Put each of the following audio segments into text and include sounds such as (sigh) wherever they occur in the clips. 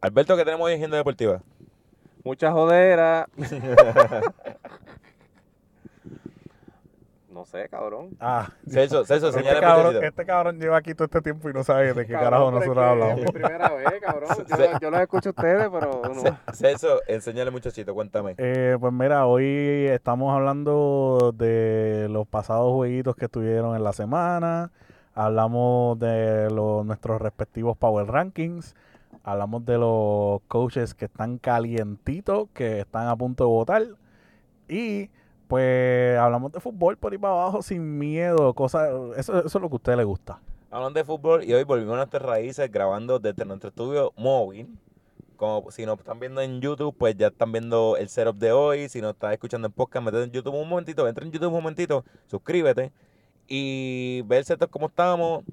Alberto, ¿qué tenemos hoy en Agenda Deportiva? Mucha jodera. no sé, cabrón. Ah, (laughs) Celso, Celso, este, señala el cabrón, puchecito. este cabrón lleva aquí todo este tiempo y no sabe de qué Cabrón, carajo pero es nosotros que hablamos. Es mi primera vez, (laughs) cabrón. Yo, yo los escucho a ustedes, pero este no. Ce- (laughs) Celso, enséñale muchachito, cuéntame. Eh, pues mira, hoy estamos hablando de los pasados jueguitos que estuvieron en la semana. Hablamos de los- nuestros respectivos Power Rankings. Hablamos de los coaches que están calientitos, que están a punto de votar. Y pues hablamos de fútbol por ahí para abajo sin miedo. Cosas, eso, eso es lo que a usted le gusta. Hablando de fútbol y hoy volvimos a nuestras raíces grabando desde nuestro estudio móvil. Como si nos están viendo en YouTube, pues ya están viendo el setup de hoy. Si nos estás escuchando en podcast, metete en YouTube un momentito, entra en YouTube un momentito, suscríbete y ve el setup como estamos.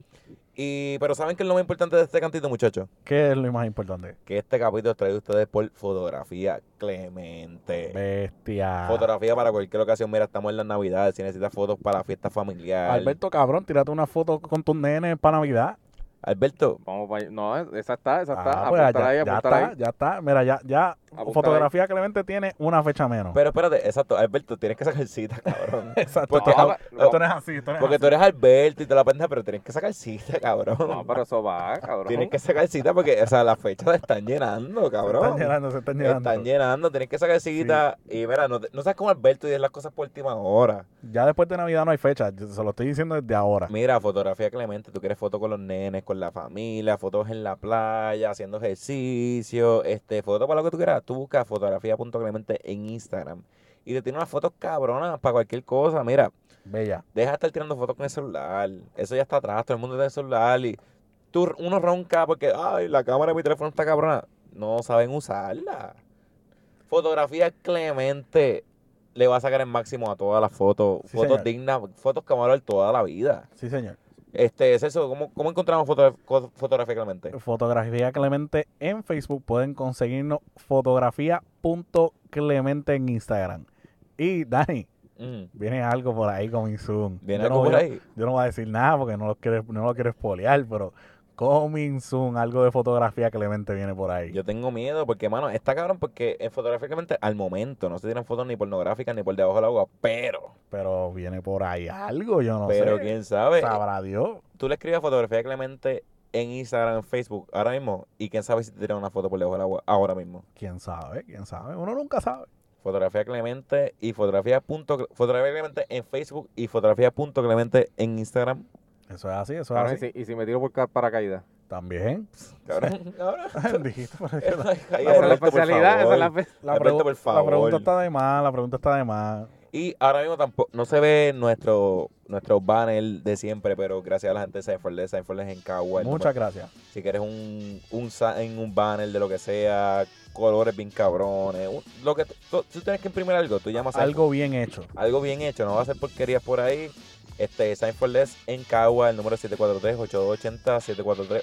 Y, pero ¿saben qué es lo más importante de este cantito, muchachos? ¿Qué es lo más importante? Que este capítulo es traído a ustedes por Fotografía Clemente. Bestia. Fotografía para cualquier ocasión. Mira, estamos en las navidades. Si necesitas fotos para la fiesta familiar. Alberto, cabrón, tírate una foto con tus nenes para Navidad. Alberto, Vamos para No, esa está, esa está. Ah, pues, apuntar ya, ahí, ya apuntar está, ahí. ya está. Mira, ya, ya Apuntar fotografía Clemente tiene una fecha menos. pero espérate, exacto. Alberto, tienes que sacar cita, (laughs) cabrón. Exacto. porque- tú- Ahora- tú eres así, tú eres pues, Porque así. tú eres Alberto y te la pendeja, pero tienes que sacar cita, cabrón. No, pero eso va, cabrón. Tienes que sacar cita porque, o sea, las fechas se están llenando, cabrón. Se están llenando, se están Se llenando. están llenando, tienes que sacar cita. Y mira, no, te- no seas como Alberto y es las cosas por última hora. Ya después de Navidad no hay fecha, yo se lo estoy diciendo desde ahora. (laughs) Mira, fotografía Clemente, tú quieres fotos con los nenes, con la familia, fotos en la playa, haciendo ejercicio, este, fotos para lo que tú quieras. Tú buscas fotografía.clemente en Instagram y te tiene unas fotos cabronas para cualquier cosa. Mira, Bella. deja de estar tirando fotos con el celular. Eso ya está atrás, todo el mundo tiene el celular y tú, uno ronca porque, ay, la cámara de mi teléfono está cabrona. No saben usarla. Fotografía Clemente le va a sacar el máximo a todas las fotos. Sí, fotos señor. dignas, fotos que van a hablar toda la vida. Sí, señor. Este, Celso, ¿cómo, cómo encontramos foto, co- fotografía Clemente? Fotografía Clemente en Facebook. Pueden conseguirnos fotografía.clemente en Instagram. Y Dani, Mm, viene algo por ahí con mi Zoom. Viene Yo no algo por voy a- ahí. Yo no voy a decir nada porque no lo quiero, no lo quiero espolear, pero coming soon, algo de fotografía Clemente viene por ahí. Yo tengo miedo porque, mano, está cabrón porque en fotografía Clemente al momento no se tiran fotos ni pornográficas ni por debajo del agua, pero, Pero viene por ahí algo, yo no pero sé. quién sabe. Sabrá Dios. Tú le escribes fotografía Clemente en Instagram, en Facebook, ahora mismo, y quién sabe si te tiran una foto por debajo del agua ahora mismo. Quién sabe, quién sabe. Uno nunca sabe. Fotografía Clemente y fotografía, punto, fotografía Clemente en Facebook y fotografía punto Clemente en Instagram. Eso es así, eso es Cabrón, así. y, si, y si me tiro por ca- paracaídas. (laughs) También. (laughs) Cabrón, cabrón. Dijiste, pero es que la- Ay, ay, Esa es la Alberto, por especialidad, esa favor. es la espe- la, Alberto, pregu- por la pregunta favor. está de más, la pregunta está de más. Y ahora mismo tampoco, no se ve nuestro, nuestro banner de siempre, pero gracias a la gente de Seinfeld, Seinfeld es en Cagua. el Muchas número- gracias. Si quieres un, un en un banner de lo que sea, colores bien cabrones, un- lo que, t- to- tú tienes que imprimir algo, tú llamas Seinfeld. Algo bien hecho. Algo bien hecho, no va a ser porquerías por ahí. Este, Seinfeld es en Cagua, el número es 743-8280,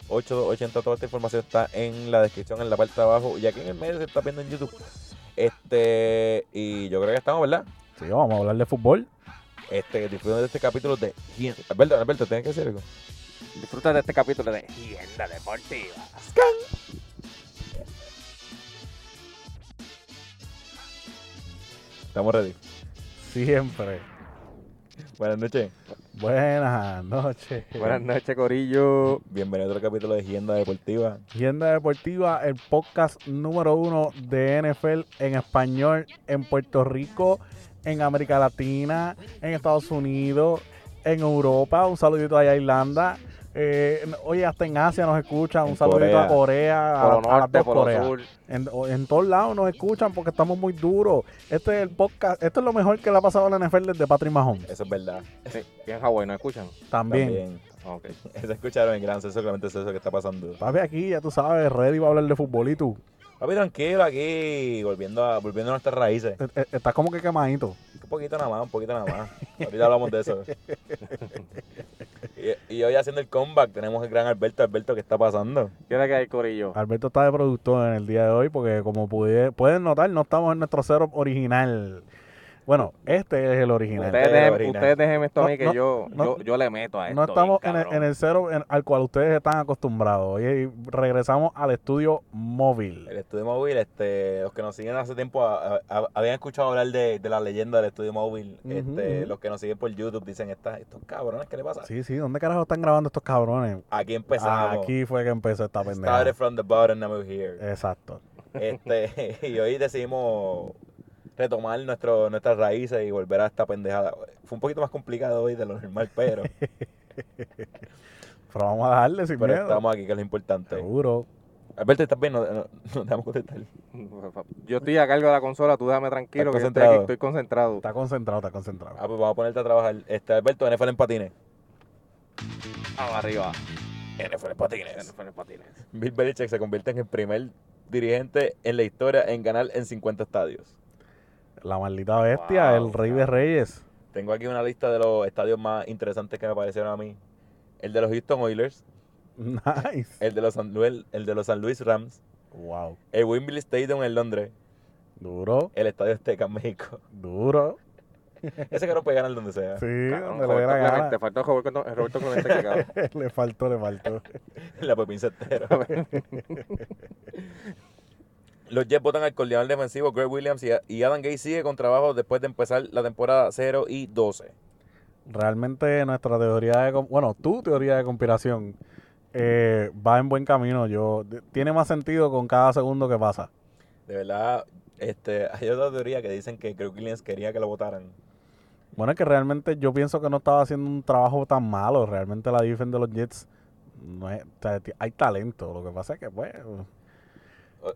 743-8280. Toda esta información está en la descripción, en la parte de abajo. Y aquí en el medio se está viendo en YouTube. Este, y yo creo que estamos, ¿verdad? Sí, vamos a hablar de fútbol. este, disfruten de este capítulo de Alberto, Alberto, tienes que decir algo. Disfruta de este capítulo de Hienda Deportiva. Estamos ready. Siempre. Buenas noches. Buenas noches. Buenas noches, Corillo. Bienvenido a otro capítulo de Gienda Deportiva. Tienda Deportiva, el podcast número uno de NFL en español en Puerto Rico, en América Latina, en Estados Unidos, en Europa. Un saludito allá a Irlanda. Eh, oye, hasta en Asia nos escuchan. Un En saludito Corea. a Corea, a, Polo a las Norte, dos Polo Coreas. Sur. En, o- en todos lados nos escuchan porque estamos muy duros. Este es el podcast, esto es lo mejor que le ha pasado a la NFL desde Patrick Mahomes. Eso es verdad. Sí, bien Hawái, ¿no escuchan? También. (laughs) Ok. Eso escucharon en gran sexo, solamente es eso que está pasando. Papi, aquí ya tú sabes, ready va a hablar de fútbol y tú. Papi, tranquilo aquí, volviendo a, volviendo a nuestras raíces. Eh, eh, Estás como que quemadito. Un poquito nada más, un poquito nada más. Ahorita hablamos de eso. Y, y hoy haciendo el comeback tenemos el gran Alberto. Alberto, ¿qué está pasando? ¿Qué es la que hay, Corillo? Alberto está de productor en el día de hoy porque como pude- pueden notar no estamos en nuestro setup original. Bueno, este es el original. Este Ustedes, es dejen- original. ustedes déjenme esto a mí No, que no, yo, no- yo, yo le meto a esto. No estamos bien, en el, cabrón. en el cero en- al cual ustedes están acostumbrados. Oye, y regresamos al estudio móvil. El estudio móvil, este, los que nos siguen hace tiempo a- a- a- habían escuchado hablar de, de la leyenda del estudio móvil. Ujú, este, ujú. Los que nos siguen por YouTube dicen, "Esta- estos cabrones, ¿qué le pasa? Sí, sí, ¿dónde carajo están grabando estos cabrones? Aquí empezamos. Aquí pues, Eh. fue que empezó esta pendeja. Started from the bottom, now we're here. Exacto. Este, (laughs) y hoy decidimos retomar nuestro, nuestras raíces y volver a esta pendejada. Fue un poquito más complicado hoy de lo normal, (laughs) pero, Pero vamos a darle sin pero miedo. estamos aquí, que es lo este. importante. Seguro. Alberto, ¿estás bien? No, no, no te vamos a contestar. (laughs) Yo estoy a cargo de la consola, tú déjame tranquilo, Estás que yo estoy concentrado. aquí, estoy concentrado. Está concentrado, está concentrado. Ah, pues vamos a ponerte a trabajar. Este, Alberto, NFL en patines. Vamos arriba. NFL en patines. Teléfono en patines. Bill Belichick se convierte en el primer dirigente en la historia en ganar en 50 estadios. La maldita bestia, Wow, el rey wow. de reyes. (laughs) Tengo aquí una lista de los estadios más interesantes que me parecieron a mí. El de los Houston Oilers, Nice. el de los San Luis, el de los San Luis Rams, Eh. Wow. el Wembley Stadium en Londres, Duro, el Estadio Azteca en (laughs) México. duro. Ese que no puede ganar donde sea. Sí, (laughs) Cabrón, donde le Roberto diera gana. Clemente, faltó Roberto, Roberto Clemente que (laughs) cabrón. le faltó, le faltó. La Pepín Cestero. Los Jets votan al coordinador defensivo Greg Williams y- y Adam Gay sigue con trabajo después de empezar la temporada 0 y 12. Realmente nuestra teoría de... con- Bueno, tu teoría de conspiración eh, va en buen camino. Yo de- Tiene más sentido con cada segundo que pasa. De verdad, este, (laughs) hay otra teoría que dicen que Greg Williams quería que lo votaran. Bueno, es que realmente yo pienso que no estaba haciendo un trabajo tan malo. Realmente la defensa de los Jets... No es, o sea, ti- hay talento. Lo que pasa es que, pues, O-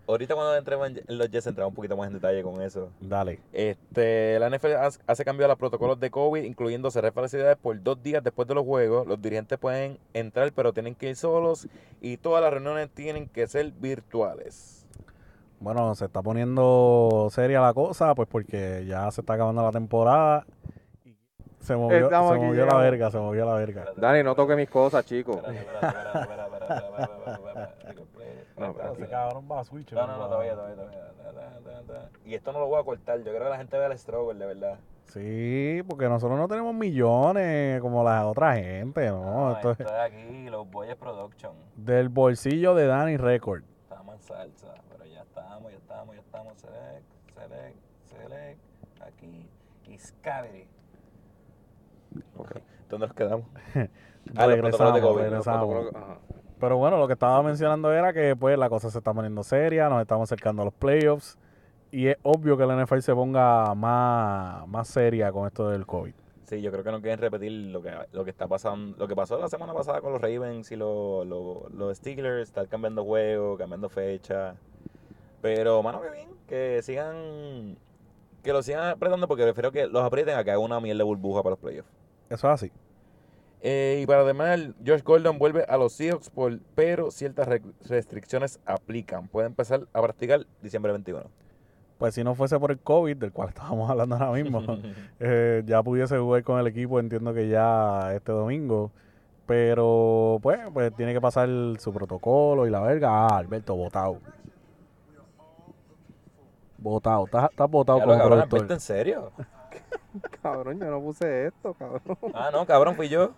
Ahorita cuando entremos en en los Jets entramos un poquito más en detalle con eso. dale. Este, la NFL hace- hace cambios a los protocolos de COVID, incluyendo cerrar facilidades por dos días después de los juegos. Los dirigentes pueden entrar, pero tienen que ir solos y todas las reuniones tienen que ser (laughs) virtuales. Bueno, se está poniendo seria la cosa, pues porque ya se está acabando la temporada. Se movió, Estamos se aquí, movió la llegamos. verga, se movió la verga. Dani, no toque mis cosas, chicos. cabrón va a No, no, no, todavía, todavía, todavía, todavía, todavía, todavía. Y esto no lo voy a cortar. Yo creo que la gente ve el Stroger, de verdad. Sí, porque nosotros no tenemos millones como la otra gente, ¿no? Ah, Esto es esto de aquí, los Boyes Production. del bolsillo de Danny Record. Estamos en salsa, pero ya estamos, ya estamos, ya estamos. Select, select, select. Aquí. Y Scabri. ¿Dónde nos quedamos? Ah, los protocolos de regresamos, COVID, los regresamos. Ajá. Pero bueno, lo que estaba mencionando era que pues la cosa se está poniendo seria, nos estamos acercando a los playoffs y es obvio que la NFL se ponga más, más seria con esto del COVID. Sí, yo creo que no quieren repetir lo que, lo que está pasando, lo que pasó la semana pasada con los Ravens y los, los, los Steelers, están cambiando juego, cambiando fecha. Pero, mano, que bien, que sigan, que lo sigan apretando porque prefiero que los aprieten a que haga una miel de burbuja para los playoffs. Eso es así. Eh, y para terminar, Josh Gordon vuelve a los Seahawks, por- pero ciertas re- restricciones aplican. Puede empezar a practicar diciembre (laughs) 21. Pues si no fuese por el COVID, del cual (laughs) estábamos hablando ahora mismo, (laughs) eh, ya pudiese jugar con el equipo, entiendo que ya este domingo. Pero pues, pues tiene que pasar su protocolo y la verga. Ah, Alberto, votado. Votado, estás estás votado Ya lo como cabrón, productor. ¿Alberto, ¿En serio? Cabrón, yo no puse esto, cabrón. Ah, no, cabrón, fui yo.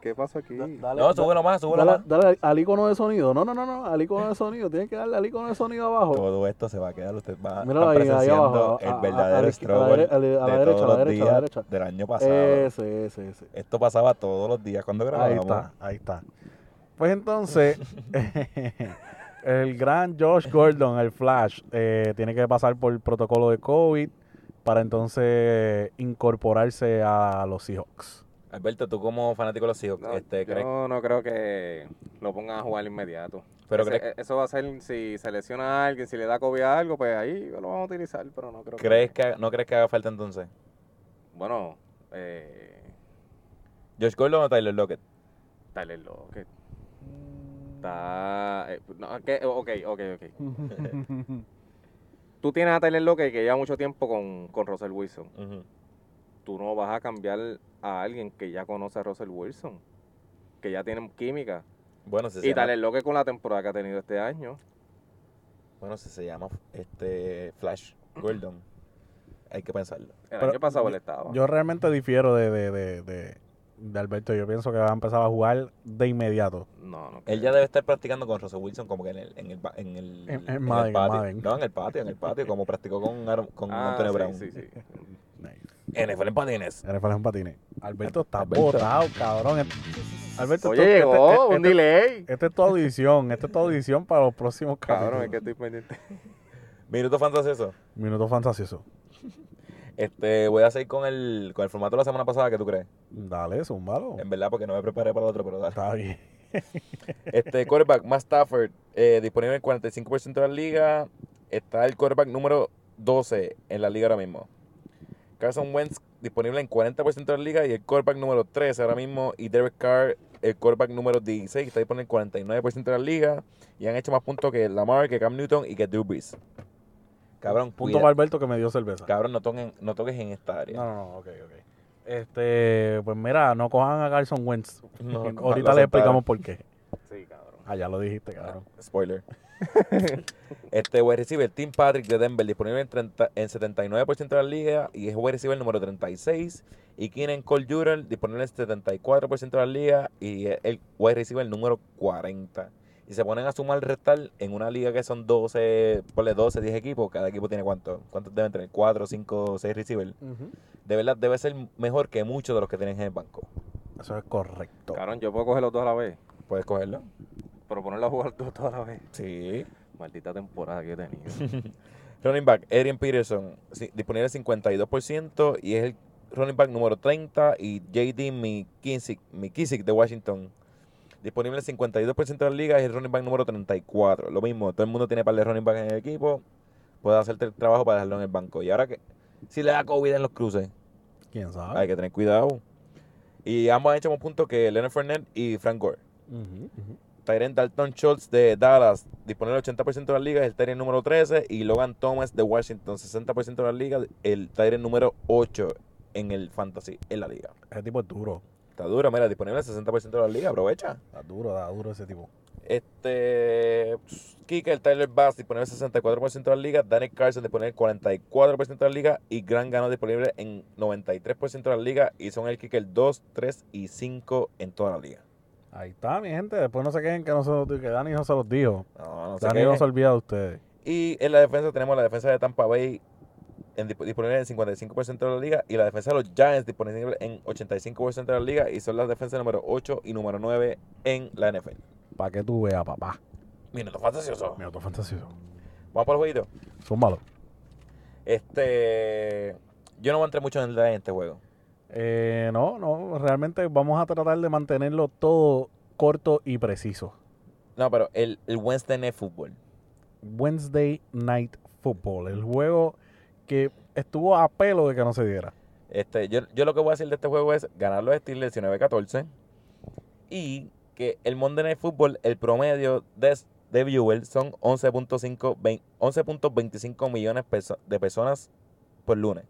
¿Qué pasó aquí? No, súbelo más, súbelo Dale, más. dale al icono de sonido. No, no, no, no. Al icono de sonido. Tienes que darle al icono de sonido abajo. Todo esto se va a quedar, usted va Míralo a ahí, ahí presenciando abajo, a- el a- a la verdadero izqui- a la struggle dere- a la- a la de derecha, a la todos los derecha, a la días derecha. del año pasado. Ese, ese, ese. Esto pasaba todos los días cuando Ahí grabábamos. está, ahí está. Pues entonces, (laughs) el gran Josh Gordon, el Flash, eh, tiene que pasar por el protocolo de COVID para entonces incorporarse a los Seahawks. Alberto, tú como fanático de los Seahawks, No, este, yo ¿crees- no creo que lo pongan a jugar inmediato. pero Ese- e, crees, Eso va a ser si se lesiona a alguien, si le da COVID a algo, pues ahí lo vamos a utilizar, pero no creo crees que no crees que haga falta entonces? Bueno, eh, Josh Gordon o Tyler Lockett. Tyler Lockett. Está. eh, no, que- ok, ok, ok. Tú tienes a Tyler Lockett que lleva mucho tiempo con, con Russell Wilson. Ujú. Tú no vas a cambiar a alguien que ya conoce a Russell Wilson. Que ya tienen química. Bueno, si se y llama- Tyler Lockett con la temporada que ha tenido este año. Bueno, si se llama este Flash Gordon. hay que pensarlo. El Pero año pasado yo- él estaba. Yo realmente difiero de, de, de, de- de Alberto. Yo pienso que va a empezar a jugar de inmediato. no, no. Él ya debe estar practicando con Russell Wilson como que en el, en el, ba- en el, En- en Madden, en patio. Madden. No, en el patio, en el patio, como practicó con, Aaron- con Ah, Antonio sí, Brown. sí, sí. NFL en patines. NFL es un patine. Alberto está Alberto. botado, cabrón. Este- Alberto, Oye, esto- este- llegó este- un este- delay. Esta es tu audición, esta es tu audición para los próximos Cabrón, es que capítulos. estoy pendiente. Minuto fantasioso. Minuto fantasioso. Este, voy a seguir con el, con el formato de la semana pasada, ¿qué tú crees? Dale, zúmbalo. En verdad, porque no me preparé para el otro, pero dale. Está bien. Este, quarterback, Matt Stafford, eh, disponible en 45% de la liga. Está el quarterback número 12 en la liga ahora mismo. Carson Wentz, disponible en 40% de la liga. Y el quarterback número 13 ahora mismo. Y Derek Carr, el quarterback número 16, que está disponible en 49% de la liga. Y han hecho más puntos que Lamar, que Cam Newton y que Drew Brees. Cabrón, Punto cuida- para Alberto que me dio cerveza. Cabrón, no toquen- no toques en esta área. No, no, no, ok, ok. Este, pues mira, no cojan a Carson Wentz. (laughs) No, no, Ahorita lo le aceptaron. explicamos por qué. Sí, cabrón. Ah, ya lo dijiste, cabrón. (laughs) Spoiler. este wide receiver, Tim Patrick de Denver, disponible en, 30 en 79% de la liga y es wide receiver número 36. Y Keenan Cole Jurel, disponible en 74% de la liga y es el wide receiver número 40. Y se ponen a sumar restar en una liga que son 12, ponle 12, 10 equipos. Cada equipo tiene cuánto. ¿Cuántos deben tener? 4, 5, 6 receivers. De verdad, debe ser mejor que muchos de los que tienen en el banco. Eso es correcto. Cabrón, yo puedo coger los dos a la vez. ¿Puedes cogerlo? Pero ponerlo a jugar todos a la vez. Sí. Maldita temporada que he (laughs) tenido. Running back, Adrian Peterson, si- disponible 52% y es el running back número 30 y JD McKissick, McKissick de Washington. Disponible 52% de la liga y es el running back número 34. Lo mismo, todo el mundo tiene par de running back en el equipo. Puede hacerte el trabajo para dejarlo en el banco. Y ahora que si le da COVID en los cruces, ¿Quién sabe? hay que tener cuidado. Y ambos han hecho más puntos que Leonard Fournette y Frank Gore. Ujú, ujú. Tyrant Dalton Schultz de Dallas, disponible el 80% de las ligas, el Tyrant número 13. Y Logan Thomas de Washington, 60% de las ligas, el Tyrant número 8 en el Fantasy, en la liga. Ese tipo es duro. Está duro, mira, disponible el 60% de las ligas, aprovecha. Está duro, está duro ese tipo. Este. Kicker, Tyler Bass, disponible el 64% de las ligas. Danny Carson, disponible el 44% de las ligas. Y Gran Gano, disponible en 93% de las ligas. Y son el Kicker 2, 3 y 5 en toda la liga. Ahí está, mi gente. Después no se queden que, no se los- que Dani no se los dijo. No, no sé Dani qué. no se olvida de ustedes. Y en la defensa tenemos la defensa de Tampa Bay en, disp- disponible en 55% de la liga y la defensa de los Giants disponible en 85% de la liga y son las defensas número 8 y número 9 en la NFL. Para que tú veas, papá. Minuto fantasioso. Minuto fantasioso. Vamos para el jueguito. Zúmbalo. Este, yo no voy a entrar mucho en el en este juego. Eh, no, no. Realmente vamos a tratar de mantenerlo todo corto y preciso. No, pero el, el Wednesday Night Football. Wednesday Night Football. El juego que estuvo a pelo de que no se diera. Este, yo, yo lo que voy a decir de este juego es ganar los Steelers 19-14 y que el Monday Night Football, el promedio de, de viewers son 11.5 vein- 11.25 millones perso- de personas por lunes.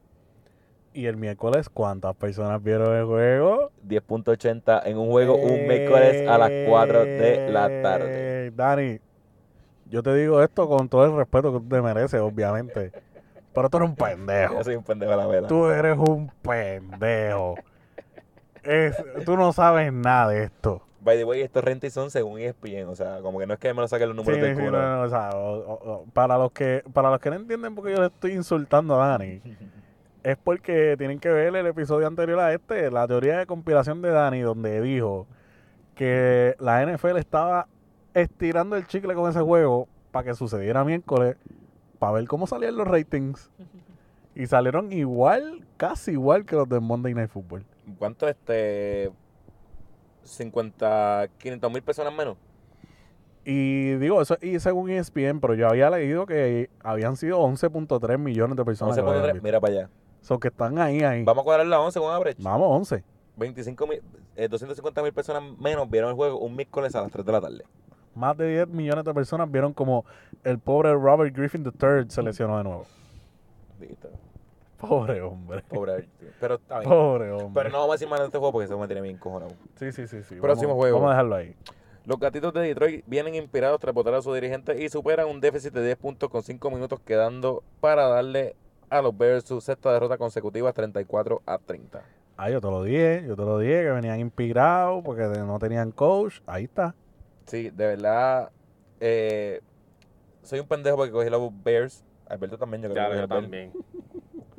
Y el miércoles, ¿cuántas personas vieron el juego? 10.80 en un juego un miércoles a las 4 de la tarde. Eh, Dani, yo te digo esto con todo el respeto que tú te mereces, obviamente. Pero tú eres un pendejo. Yo soy un pendejo a la vela. Tú eres un pendejo. Es- tú no sabes nada de esto. By the way, estos rentas son según E ESPN, o sea, como que no es que me lo saquen los números Sí, del sí, culo. no, no, o sea, o- o- o- para, los que, para los que no entienden por qué yo le estoy insultando a Dani, es porque tienen que ver el episodio anterior a este, la teoría de compilación de Dani, donde dijo que la NFL estaba estirando el chicle con ese juego para que sucediera miércoles, para ver cómo salían los ratings. Y salieron igual, casi igual que los de Monday Night Football. ¿Cuánto este 50 500 mil personas menos? Y digo, eso y según E ESPN, pero yo había leído que habían sido 11.3 millones de personas. que lo habían 11.3, visto. mira para allá. So que están ahí, ahí. Vamos, Vamos a cuadrar la 11 con average. 11. 25 mil, 250 mil personas menos vieron el juego un miércoles a las 3 de la tarde. Más de 10 millones de personas vieron como el pobre Robert Griffin III se lesionó de nuevo. (laughs) Listo. Pobre hombre. Pobre Average, tío. Pero está bien. Pobre hombre. Pero no vamos a decir más de este juego porque eso me tiene bien cojonado. Sí, sí, sí. sí. Próximo Vamos- juego. Vamos a dejarlo ahí. Los gatitos de Detroit vienen inspirados tras votar a su dirigente y superan un déficit de 10 puntos con 5 minutos quedando para darle a los Bears su sexta derrota consecutiva 34 a 30. Ah, yo te lo dije, yo te lo dije, que venían inspirados porque de- no tenían coach. Ahí está. Sí, de verdad. eh, soy un pendejo porque cogí los Bears. Alberto también, yo creo Ya, que yo cogió los Bears. también.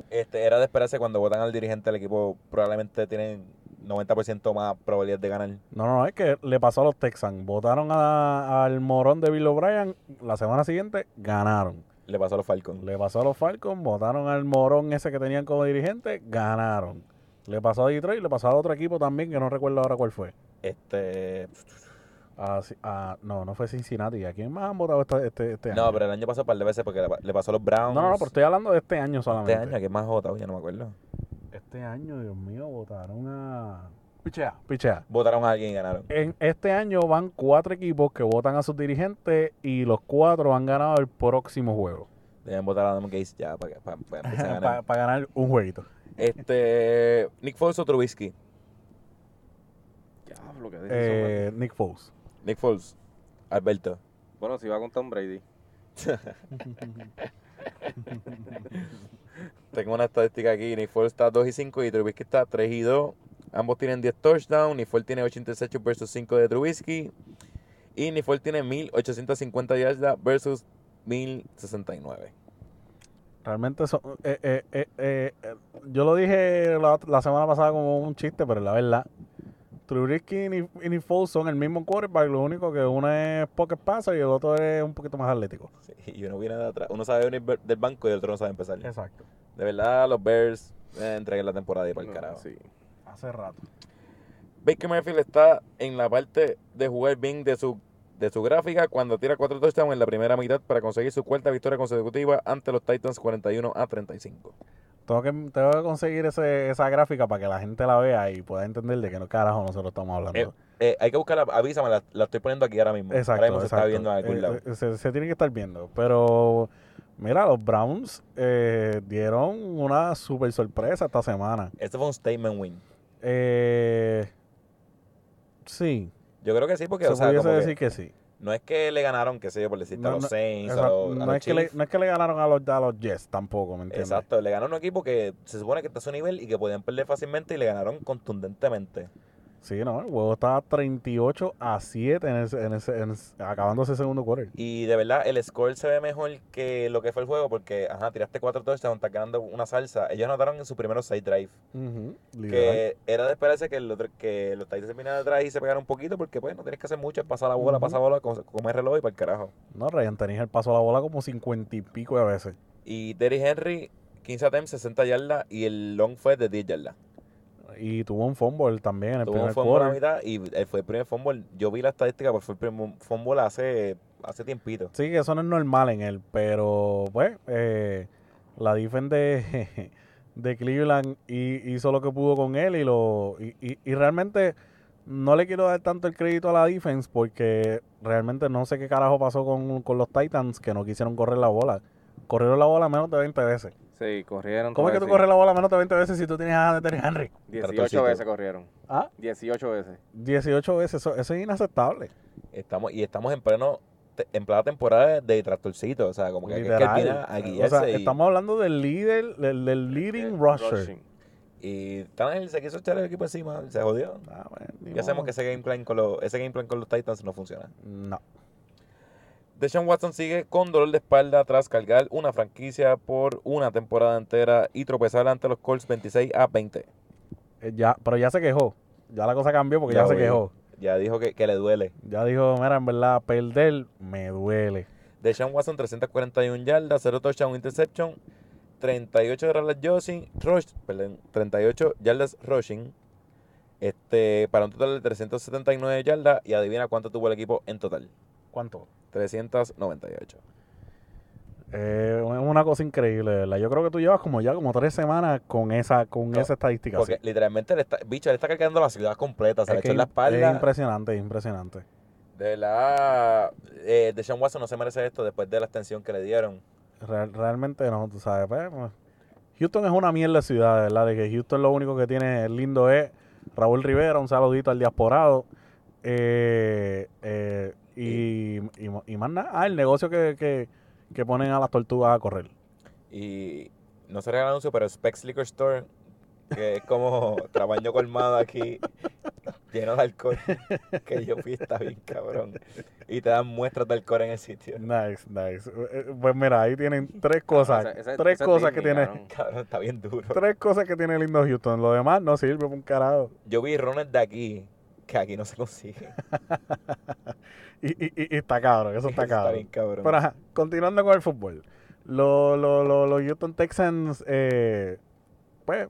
Este, era de esperarse cuando votan al dirigente del equipo. Probablemente tienen 90% más probabilidad de ganar. No, no, es que le pasó a los Texans. Votaron a- al morón de Bill O'Brien. La semana siguiente ganaron. Le pasó a los Falcons. Le pasó a los Falcons. Votaron al morón ese que tenían como dirigente. Ganaron. Le pasó a Detroit. Le pasó a otro equipo también que no recuerdo ahora cuál fue. Este, A Ci- a- no, no fue Cincinnati. ¿A quién más han votado esta- este, este año? no, pero el año pasó un par de veces porque le, pa- le pasó a los Browns. No, no, no, pero estoy hablando de este año Este solamente. año, que más votado, ya no me acuerdo. Este año, Dios mío, votaron a. Pichea. Pichea. Votaron a alguien y ganaron. En este año van cuatro equipos que votan a sus dirigentes y los cuatro han ganado el próximo juego. Deben votar a Adam Gates ya para que para, para empezar (laughs) a Para ganar. ganar un jueguito. Este, Nick Foles o Trubisky. Diablo, qué Eh, decisión. Nick Foles. Nick Foles, Alberto. Bueno, si va con Tom Brady. Tengo una estadística aquí. Nick Foles está 2 y 5 y Trubisky está 3 y 2. Ambos tienen 10 touchdowns. Nick Foles tiene 8 interceptions versus 5 de Trubisky. Y Nick Foles tiene 1850 yardas versus 1069. Realmente son- eh, eh, eh, eh, eh, yo lo dije la, la semana pasada como un chiste, pero la verdad. Trubisky y Nick- y Nick Foles son el mismo quarterback, lo único que uno es pocket passer y el otro es un poquito más atlético. Sí, y uno viene de atrás. Uno sabe venir ver- del banco y el otro no sabe empezar. Exacto. De verdad, los Bears eh, entreguen la temporada y para el No, carajo. sí. Hace rato. Baker Mayfield está en la parte de jugar bien de su, de su gráfica cuando tira cuatro touchdowns en la primera mitad para conseguir su cuarta victoria consecutiva ante los Titans 41 a 35. Tengo que, tengo que conseguir ese- esa gráfica para que la gente la vea y pueda entender de qué no carajo nosotros estamos hablando. Eh, Eh, hay que buscarla, avísame, la, la estoy poniendo aquí ahora mismo. Exacto. ahora mismo se está exacto. viendo en algún Eh, lado. eh, se, se tiene que estar viendo. Pero, mira, los Browns eh, dieron una super sorpresa esta semana. Este fue un statement win. Eh, sí, Yo creo que sí, porque se o sea, pudiese como que decir que, sí. no es que le ganaron, qué sé yo, por decirte No, a los no, Saints, Esa- a los, a no, los es que le, Chiefs. no es que le ganaron a los, a los Jets tampoco, ¿me entiendes? Exacto, le ganaron a un equipo que se supone que está a su nivel y que podían perder fácilmente y le ganaron contundentemente. Sí, no, el juego estaba 38 a 7 en ese- en ese- en ese- acabando ese segundo quarter. Y de verdad, el score se ve mejor que lo que fue el juego porque, ajá, tiraste cuatro touchdowns, estás ganando una salsa. Ellos anotaron en su primeros seis drive. Ujú, literal. Que era de esperarse que, el otro, que los Titans se vinieran atrás y se pegaran un poquito porque, pues, no tienes que hacer mucho, es pasar la bola, Ujú. pasar la bola, co- comer reloj y para el carajo. No, Ryan Tannehill pasó la bola como 50 y pico de veces. Y Derrick Henry, 15 attempts, 60 yardas y el long fue de 10 yardas. Y tuvo un fumble también en el Tuvo un primer fumble a la quarter. mitad y eh, fue el primer fumble. Yo vi la estadística, pues fue el primer fumble hace, hace tiempito. Sí, que eso no es normal en él, pero pues eh, la defensa de, (laughs) de Cleveland hi- hizo lo que pudo con él y lo y, y- y realmente no le quiero dar tanto el crédito a la defense porque realmente no sé qué carajo pasó con, con los Titans que no quisieron correr la bola. Corrieron la bola menos de 20 veces. Sí, corrieron. ¿Cómo es que tú corres la bola menos de 20 veces si tú tienes a Derrick Henry? 18 Tratoncito. veces corrieron. ¿Ah? 18 veces. 18 veces, eso, eso es inaceptable. Estamos, y estamos en pleno te- en plena temporada de tractorcito, o sea, como que, que es que él viene Literal. a o guiarse sea, y, estamos hablando del líder, del, del leading Eh, rusher. y Tannehill se quiso echar el equipo encima, se jodió. Ah, bueno, ni Ya sabemos modo. que ese game plan con los, ese game plan con los Titans no funciona. No. Deshaun Watson sigue con dolor de espalda tras cargar una franquicia por una temporada entera y tropezar ante los Colts 26 a 20. Eh, Ya, pero ya se quejó. Ya la cosa cambió porque ya, Ya se voy. quejó. Ya dijo que, que le duele. Ya dijo, mira, en verdad, perder me duele. Deshaun Watson 341 yardas, 0 touchdown, interception, 38 yardas rushing, rush- perdón, 38 yardas rushing, este, para un total de 379 yardas y adivina cuánto tuvo el equipo en total, ¿Cuánto? 398. Eh, es una cosa increíble, de ¿verdad? Yo creo que tú llevas como ya como tres semanas con esa con No, esa estadística. Porque así. literalmente le está, bicho, le está cargando la ciudad completa, se le Es que echó en la im- es espalda. impresionante, es impresionante. De la eh, Deshaun Watson no se merece esto después de la extensión que le dieron. Real- realmente no, tú sabes. pues, pues, Houston es una mierda de ciudad, de ¿verdad? De que Houston lo único que tiene lindo es Raúl Rivera, un saludito al diasporado. eh, eh, y, y, y más nada. Ah, el negocio que, que, que ponen a las tortugas a correr. Y no será el anuncio, pero Specs Liquor Store, que es como (laughs) trabaño colmado aquí, lleno de alcohol, que yo fui, está bien cabrón. Y te dan muestras de alcohol en el sitio. Nice, nice. Eh, Pues mira, ahí tienen tres cosas. Esa- esa- tres esa es cosas que Disney, tiene. cabrón. Cabrón, está bien duro. Tres cosas que tiene lindo Houston. Lo demás no sirve para un carajo. Yo vi rones de aquí, que aquí no se consigue. Y, y- y- y está cabrón, eso (laughs) (laughs) está Está cabrón. bien cabrón. Pero ajá, continuando con el fútbol. Los lo, lo- los Houston Texans, eh, pues,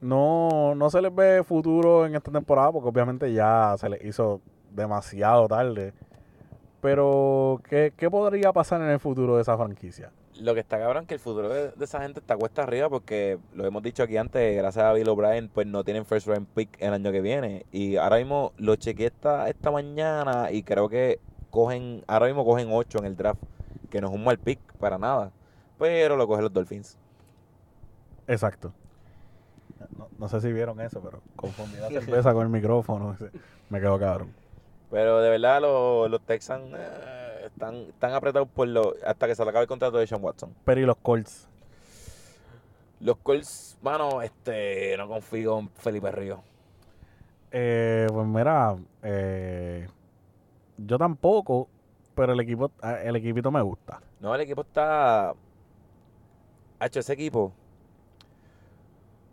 no, no se les ve futuro en esta temporada porque obviamente ya se les hizo demasiado tarde. Pero, ¿qué, qué podría pasar en el futuro de esa franquicia? Lo que está cabrón es que el futuro de, de esa gente está cuesta arriba porque lo hemos dicho aquí antes, gracias a Bill O'Brien, pues no tienen first round pick el año que viene. Y ahora mismo lo chequeé esta, esta mañana y creo que cogen, ahora mismo cogen 8 en el draft, que no es un mal pick para nada. Pero lo cogen los Dolphins. Exacto. No, no sé si vieron eso, pero confundí (laughs) la cerveza con el micrófono. (laughs) Me quedó cabrón. Pero de verdad los, los Texans eh, están, están apretados por lo, hasta que se le acabe el contrato de Sean Watson. Pero y los Colts. Los Colts, mano, este, no confío en Felipe Río. Eh, pues mira, eh, yo tampoco, pero el equipo, ah, el equipito me gusta. No, el equipo está. Ha hecho ese equipo.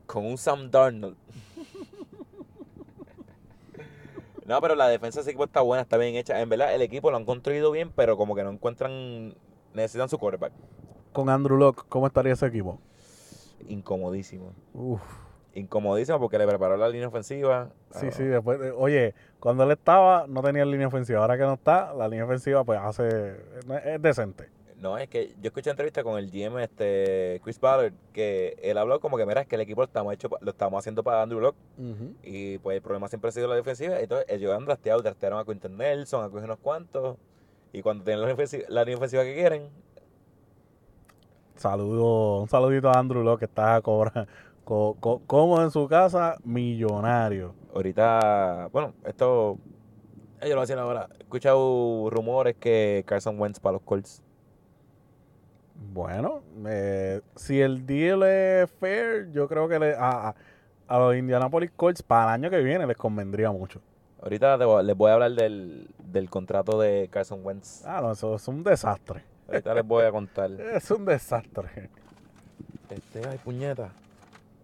Con un Sam (laughs) Darnold. No, pero la defensa de ese equipo está buena, está bien hecha. En verdad, el equipo lo han construido bien, pero como que no encuentran. Necesitan su quarterback. Con Andrew Locke, ¿cómo estaría ese equipo? Incomodísimo. Uf, Incomodísimo porque le preparó la línea ofensiva. sí, Ah, sí, después, de- oye, cuando él estaba no tenía línea ofensiva, ahora que no está, la línea ofensiva pues hace, es decente. No, es que yo escuché entrevista con el GM este, Chris Ballard que él habló como que, mira, es que el equipo lo estamos, hecho, pa- lo estamos haciendo para Andrew Locke Y pues el problema siempre ha sido la defensiva. Entonces ellos han drafteado, draftearon a Quinton Nelson, a coger unos cuantos. Y cuando tienen la defensiva, la línea ofensiva que quieren, Saludo, un saludito a Andrew Locke que está cobrando, como en su casa, millonario. ahorita, bueno, esto, ellos lo hacen ahora. He escuchado rumores que Carson Wentz para los Colts. Bueno, eh, si el deal es fair, yo creo que le- a, a- a los Indianapolis Colts para el año que viene les convendría mucho. Ahorita te voy- les voy a hablar del, del contrato de Carson Wentz. Ah, no, eso es un desastre. Ahorita les voy a contar. Es un desastre. (laughs) Este, ay, puñeta.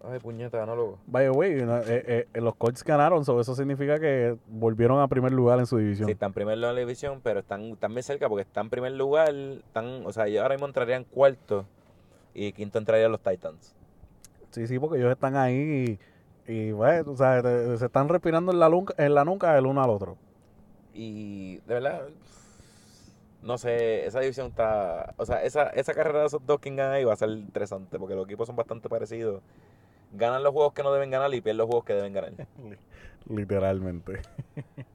Ay, puñeta, no loco. By the way, no, eh, eh, los Colts ganaron, so eso significa que volvieron a primer lugar en su división. Sí, están primero en la división, pero están, están bien cerca porque están en primer lugar. Están, o sea, ellos ahora mismo entrarían cuarto y quinto entrarían los Titans. Sí, sí, porque ellos están ahí y, y, bueno, tú sabes, te- se están respirando en la, lunca- en la nuca el uno al otro. Y de verdad, no sé, esa división está. O sea, esa, esa carrera de esos dos que ganan ahí va a ser interesante porque los equipos son bastante parecidos. Ganan los juegos que no deben ganar y pierden los juegos que deben ganar. Literalmente. (laughs)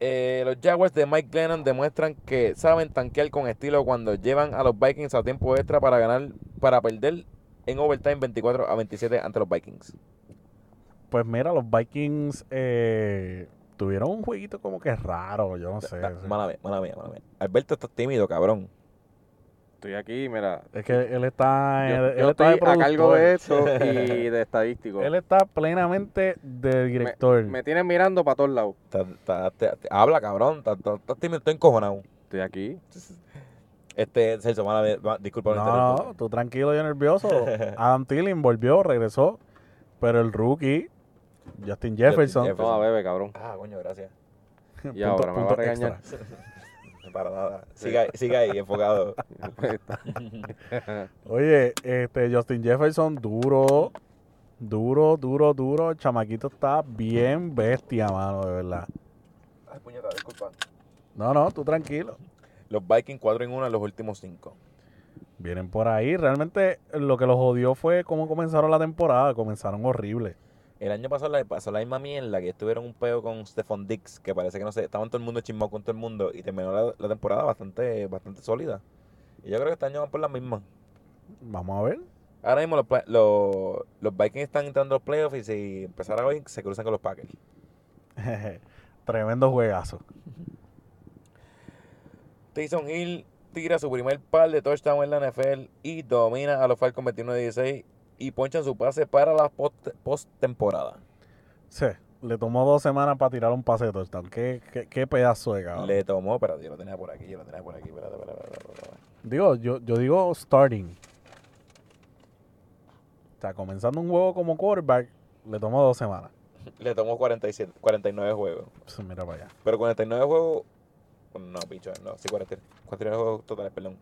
Eh, los Jaguars de Mike Glennon demuestran que saben tanquear con estilo cuando llevan a los Vikings a tiempo extra para ganar, para perder en overtime 24 a 27 ante los Vikings. Pues mira, los Vikings eh, tuvieron un jueguito como que raro, yo no sé. Da- sí. Mala mía, mala mía, mala mía. Alberto está tímido, cabrón. Estoy aquí, mira. Es que él está, Yo, él, yo él está estoy de a cargo de productor. esto (laughs) y de estadístico. Él está plenamente de director. Me tienen mirando para todos lados. Está- está- te- te- habla, cabrón. Está, está- está tímido, está encojonado. Estoy aquí. Este, Celso, mala mía, va- disculpa. por no, no, interrumpirte. tú tranquilo, (laughs) yo nervioso. Adam Thielen volvió, regresó, pero el rookie Justin Jefferson, Jefferson. Toma, bebe, (laughs) cabrón. Ah, coño, gracias. Y ahora me va a punto regañar. Para nada. Siga, ahí- siga ahí, (laughs) enfocado. (laughs) Oye, este Justin Jefferson duro, duro, duro, duro, el chamaquito está bien bestia, mano, de verdad. Ay, puñeta, disculpa. No, no, tú tranquilo. Los Vikings 4 en 1 en los últimos 5. Vienen por ahí. Realmente lo que los jodió fue cómo comenzaron la temporada. Comenzaron horrible. El año pasado le pasó la misma mierda que estuvieron un peo con Stephon Dix, que parece que no sé, estaban todo el mundo chismado con todo el mundo y terminó la, la temporada bastante, bastante sólida. Y yo creo que este año van por la misma. Vamos a ver. Ahora mismo los, pla- los, los Vikings están entrando a los playoffs y si empezara hoy se cruzan con los Packers. (laughs) Tremendo juegazo. Tyson Hill tira su primer par de touchdown en la NFL y domina a los Falcons 21-16 y ponchan su pase para la post- postemporada. Sí, le tomó dos semanas para tirar un pase de touchdown. Qué, qué, qué pedazo de cabrón. Le tomó, espérate, yo lo tenía por aquí, yo lo tenía por aquí, espérate, espérate, espérate, espérate, espérate. Digo, yo, yo digo starting. O sea, comenzando un juego como quarterback, le tomó dos semanas. Le tomó 47, 49 juegos. Pues mira para allá. Pero 49 juegos. No, bicho, no, sí, 40 49 juegos totales, perdón.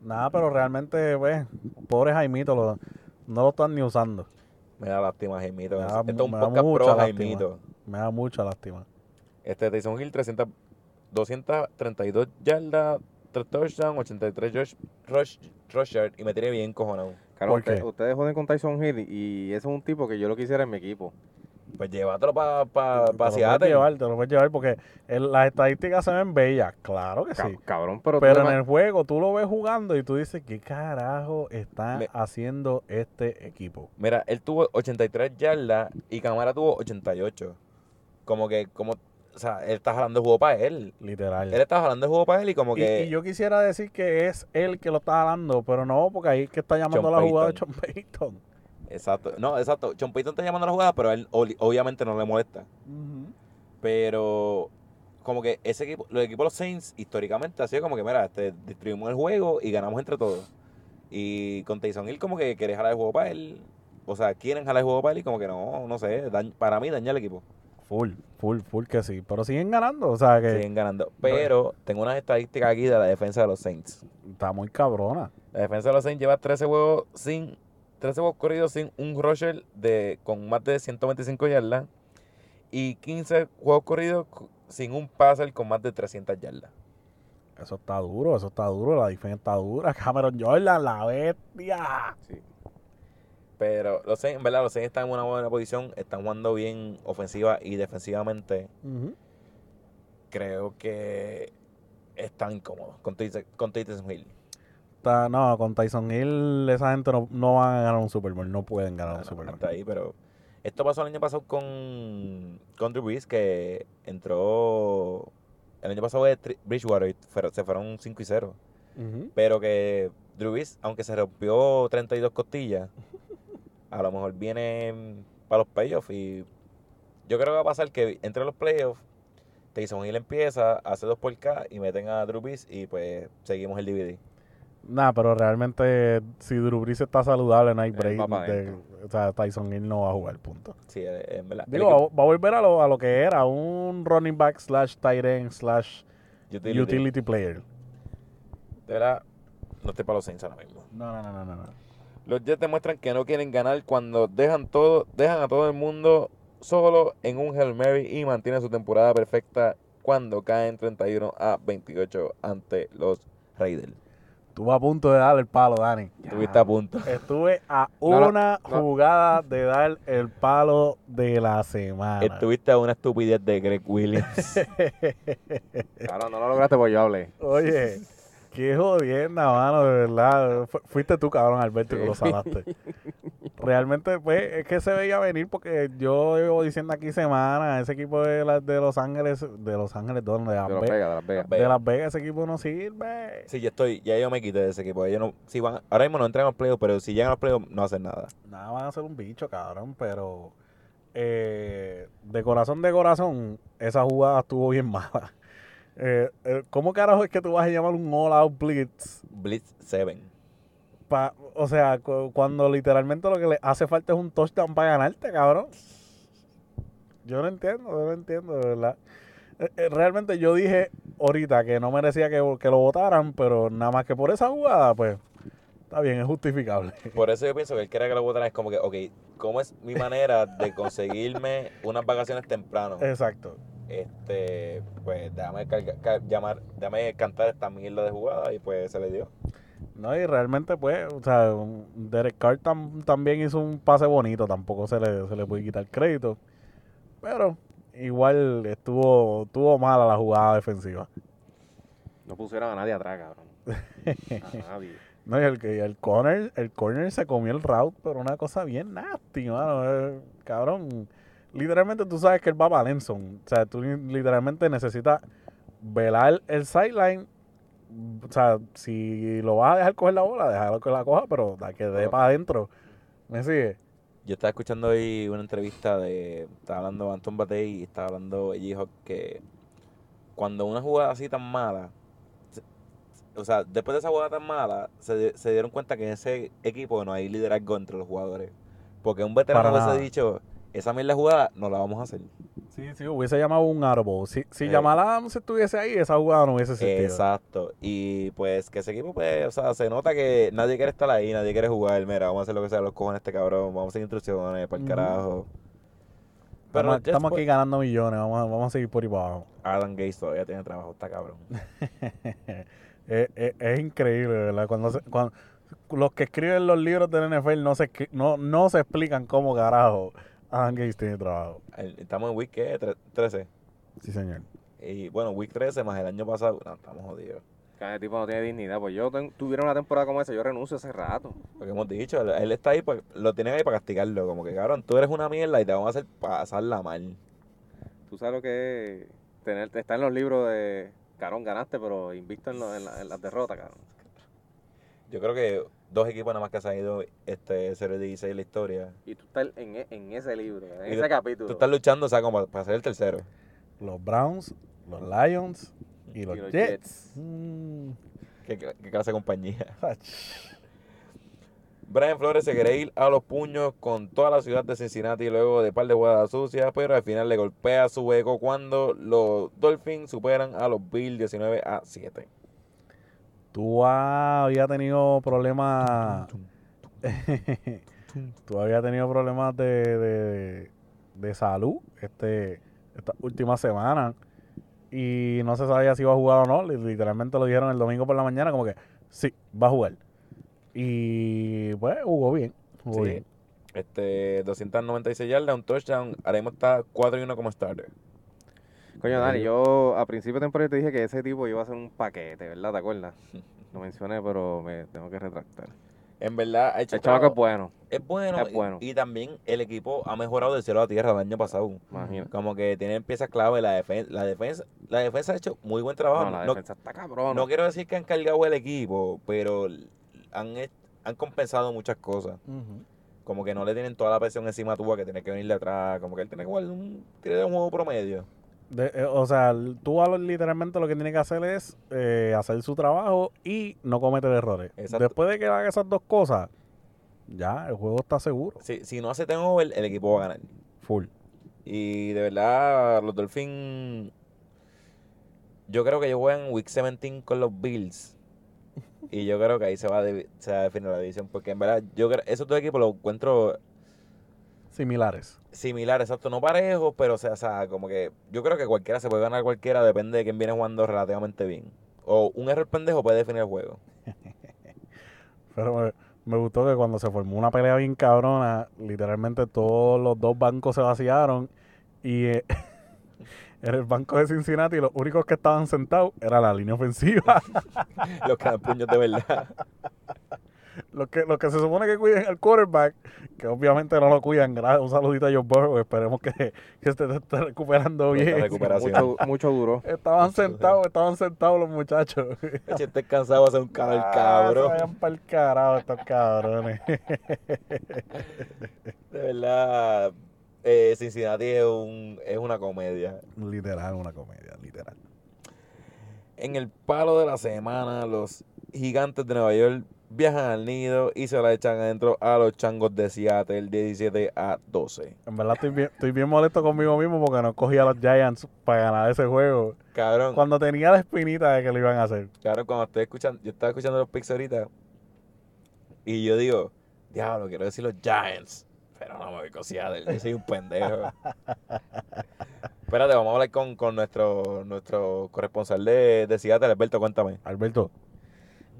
Nada, pero realmente, pues, pobre Jaimito, lo- no lo están ni usando. Me da lástima, Jaimito. Me da Esto es mu- un me da podcast mucha pro, lástima. Jaimito. Me da mucha lástima. Este, Tyson Hill, 300, 232 yardas, 3 touchdowns, 83 rush, rush, rush yard, y me tiene bien cojonado. Claro, ¿Por usted- qué? ustedes joden con Tyson Hill y ese es un tipo que yo lo quisiera en mi equipo. Pues llévatelo para pa, Te pa lo puedes Seattle. llevar, te lo puedes llevar porque el- las estadísticas se ven bellas, claro que Ca- sí. Cabrón, pero, tú Pero le en vas- el juego tú lo ves jugando y tú dices, ¿qué carajo está Me- haciendo este equipo? Mira, él tuvo 83 yardas y Camara tuvo 88. Como que, como, o sea, él está jalando el juego para él. Literal. Él está jalando el juego para él y como Y, que... y yo quisiera decir que es él que lo está jalando, pero no, porque ahí es que está llamando Sean la jugada de Payton. Sean Payton. Exacto. No, exacto. Chompito está llamando a la jugada, pero a él oli- obviamente no le molesta. Pero como que ese equipo, los equipos de los Saints históricamente ha sido como que, mira, este, distribuimos el juego y ganamos entre todos. Y con Tyson Hill como que quiere jalar el juego para él. O sea, quieren jalar el juego para él y como que no, no sé, dañ- para mí daña el equipo. Full, full, full que sí. Pero siguen ganando, o sea que Siguen ganando. Pero tengo unas estadísticas aquí de la defensa de los Saints. está muy cabrona. La defensa de los Saints lleva 13 juegos sin 13 juegos corridos sin un rusher de con más de 125 yardas y 15 juegos corridos cu- sin un passer con más de 300 yardas. Eso está duro, eso está duro, la defensa está dura. (laughs) Cameron Jordan, la bestia. Sí. Pero los Saints, en verdad, los Saints están en una buena posición, están jugando bien ofensiva y defensivamente. Ujú. Creo que están incómodos con Tyson con Tyson Hill. Está- no, con Tyson Hill esa gente no, no van a ganar un Super Bowl, no pueden ganar Ah, un no, Super Bowl. hasta ahí, pero esto pasó el año pasado con con Drew Brees, que entró el año pasado de Tri- Bridgewater y fueron- se fueron 5 y 0, Ujú. pero que Drew Brees, aunque se rompió 32 costillas, a lo mejor viene para los playoffs y yo creo que va a pasar que entre los playoffs Tyson Hill empieza, hace dos por K y meten a Drew Brees y pues seguimos el DVD. Nah, pero realmente si Drew Brees está saludable no hay Él break. va pa' de- adentro. o sea, Tyson Hill no va a jugar, punto. Sí, eh, en verdad. El Digo, equipo- va, va a volver a lo, a lo que era, un running back slash tight end slash utility. utility, player. De verdad, no estoy para los Saints ahora mismo. No, no, no, no, no, no. Los Jets demuestran que no quieren ganar cuando dejan todo, dejan a todo el mundo solo en un Hail Mary y mantienen su temporada perfecta cuando caen 31 a 28 ante los Raiders. Estuve a punto de dar el palo, Dani. Tuviste a punto. Estuve a No, no, una no. jugada de dar el palo de la semana. Estuviste a una estupidez de Greg Williams. Claro, no lo lograste porque yo hablé. Oye, qué jodienda, mano, de verdad. Fu- Fuiste tú, cabrón, Alberto, que lo (laughs) salaste. Realmente, pues, es que se veía venir porque yo llevo diciendo aquí semanas, ese equipo de, la- de Los Ángeles, de Los Ángeles, ¿dónde? De Las De las Ve- Vegas, de las Vegas. Vegas. de Las Vegas, ese equipo no sirve. (laughs) sí, yo estoy, ya yo me quité de ese equipo. Ellos no, si van, ahora mismo no entran a los playoffs, pero si llegan a los playoffs no hacen nada. Nada, van a ser un bicho, cabrón, pero eh, de corazón, de corazón, esa jugada estuvo bien mala. (laughs) Eh, eh, ¿Cómo carajo es que tú vas a llamar un all-out blitz Blitz 7. pa- o sea, cu- cuando literalmente lo que le hace falta es un touchdown para ganarte, cabrón. Yo no entiendo, yo no entiendo, de verdad. Eh, eh, Realmente yo dije ahorita que no merecía que, que lo votaran, pero nada más que por esa jugada, pues, está bien, es justificable. (laughs) (laughs) Por eso yo pienso que él quiere que lo votaran. Es como que, ok, ¿cómo es mi manera de conseguirme unas vacaciones (laughs) temprano? Exacto. este pues déjame carga- ca- llamar déjame cantar esta mierda de jugada y pues se le dio No, y realmente, pues, o sea, Derek Carr tam- también hizo un pase bonito, tampoco se le, se le puede quitar crédito. Pero igual estuvo, estuvo mala la jugada defensiva. No pusieron a nadie atrás, cabrón. A nadie. No, y el, que- el corner, el corner se comió el route, pero una cosa bien nasty, mano. eh, cabrón. Literalmente tú sabes que él va para Lenson. O sea, tú li- literalmente necesitas velar el sideline. O sea, si lo vas a dejar coger la bola, déjalo que la coja, pero da que dé Pero- para adentro. ¿Me sigue? Yo estaba escuchando hoy una entrevista de. Estaba hablando Anton Batey y estaba hablando el G-Hawk que cuando una jugada así tan mala. se- O sea, después de esa jugada tan mala, se, se dieron cuenta que en ese equipo no hay liderazgo entre los jugadores. Porque un veterano Para hubiese nada. dicho, esa mierda jugada no la vamos a hacer. Sí, sí, hubiese llamado un árbol. Si, si Eh. Jamal Adams estuviese ahí, esa jugada no (laughs) hubiese existido. Exacto. Y pues que ese equipo, pues, o sea, se nota que nadie quiere estar ahí, nadie quiere jugar. Mira, vamos a hacer lo que sea los cojones este cabrón, vamos a hacer instrucciones para el Ujú. carajo. Pero Pero estamos, estamos después- aquí ganando millones, vamos, a- vamos a seguir por ahí para abajo. pues, Adam Gates todavía tiene trabajo, está (laughs) cabrón. es, es- es increíble, ¿verdad? Cuando, se- cuando- los que escriben los libros del NFL no se, escri- no, no se explican cómo carajo Adam Gates tiene trabajo. El- Estamos en week ¿qué? Tre- 13. Sí, señor. Y bueno, week 13 más el año pasado. No, estamos jodidos. Cada tipo no tiene dignidad. Pues yo ten- tuviera una temporada como esa, yo renuncio hace rato. Lo que hemos dicho, él- él está ahí, pa- lo tienen ahí para castigarlo. Como que cabrón, tú eres una mierda y te vamos a hacer pasarla mal. Tú sabes lo que es tener, está en los libros de Carón ganaste, pero invisto en, lo- en la- en las derrotas, carón. Yo creo que dos equipos nada más que se han ido este 0-16 en la historia. Y tú estás en, e- en ese libro, en Y ese capítulo. Tú estás luchando, o sea, como para ser el tercero. Los Browns, los Lions y los, los Jets. Jets. Mm, ¿Qué, cl- qué clase de compañía? (laughs) ach. Brian Flores se quiere ir a los puños con toda la ciudad de Cincinnati luego de par de jugadas sucias, pero al final le golpea su ego cuando los Dolphins superan a los Bills 19 a 7. Tú ah, había tenido problemas. Tú había tenido problemas de, de, de salud este, esta última semana y no se sabía si iba a jugar o no. Li- Literalmente lo dijeron el domingo por la mañana como que sí, va a jugar. Y pues jugó bien. Jugó Sí. bien. Este, 296 yardas, un touchdown. Ahora mismo está 4 y 1 como starter. Coño, Dani, yo a principio de temporada te dije que ese tipo iba a ser un paquete, ¿verdad? ¿Te acuerdas? Lo mencioné, pero me tengo que retractar. En verdad, ha hecho El chavaco es trabajo- bueno, es bueno. es bueno. Y, y también el equipo ha mejorado del cielo a la tierra el año pasado. imagínate. Como que tienen piezas clave. La, defen- la, defensa, la defensa ha hecho muy buen trabajo. No, la No- defensa está cabrón. No quiero decir que han cargado el equipo, pero han, est- han compensado muchas cosas. Como que no le tienen toda la presión encima a Tua que tiene que venirle atrás. Como que él tiene que jugar un, tiene un juego promedio. De- eh, o sea, l- tú a lo- literalmente lo que tiene que hacer es eh, hacer su trabajo y no cometer errores. Exacto. Después de que haga esas dos cosas, ya el juego está seguro. Si, si no hace turnover, el equipo va a ganar. Full. Y de verdad, los Dolphins. Yo creo que ellos juegan Week 17 con los Bills. Y yo creo que ahí se va a, divi- se va a definir la división. Porque en verdad, yo creo, esos dos equipos los encuentro Similares. similar, exacto, no parejos, pero o sea, o sea, como que yo creo que cualquiera se puede ganar a cualquiera, depende de quién viene jugando relativamente bien. O un error pendejo puede definir el juego. (laughs) Pero me, me gustó que cuando se formó una pelea bien cabrona, literalmente todos los dos bancos se vaciaron y eh, (laughs) en el banco de Cincinnati los únicos que estaban sentados era la línea ofensiva. (laughs) Los que dan puños de verdad. (laughs) los, que, los que se supone que cuiden al quarterback, que obviamente no lo cuidan. gra- Un saludito a Joe Burrow, esperemos que, (laughs) que se te esté recuperando Pronta bien. recuperación. Mucho, mucho duro. Estaban sentados, estaban sentados los muchachos. Eche, Este cansado de hacer un calor, Ah, se cabrón. vayan pa'l carajo estos cabrones. De verdad, eh, Cincinnati es, un, es una comedia. literal, una comedia, literal. En el palo de la semana, los gigantes de Nueva York viajan al nido y se la echan adentro a los changos de Seattle 17 a 12. En verdad estoy bien, estoy bien molesto conmigo mismo porque no cogí a los Giants para ganar ese juego. Cabrón. Cuando tenía la espinita de que lo iban a hacer. Claro, cuando estoy escuchando, yo estaba escuchando los picks ahorita y yo digo, diablo, quiero decir los Giants, pero no me voy con Seattle, yo soy un (laughs) pendejo. Espérate, vamos a hablar con, con nuestro, nuestro corresponsal de, de Seattle, Alberto, cuéntame. Alberto,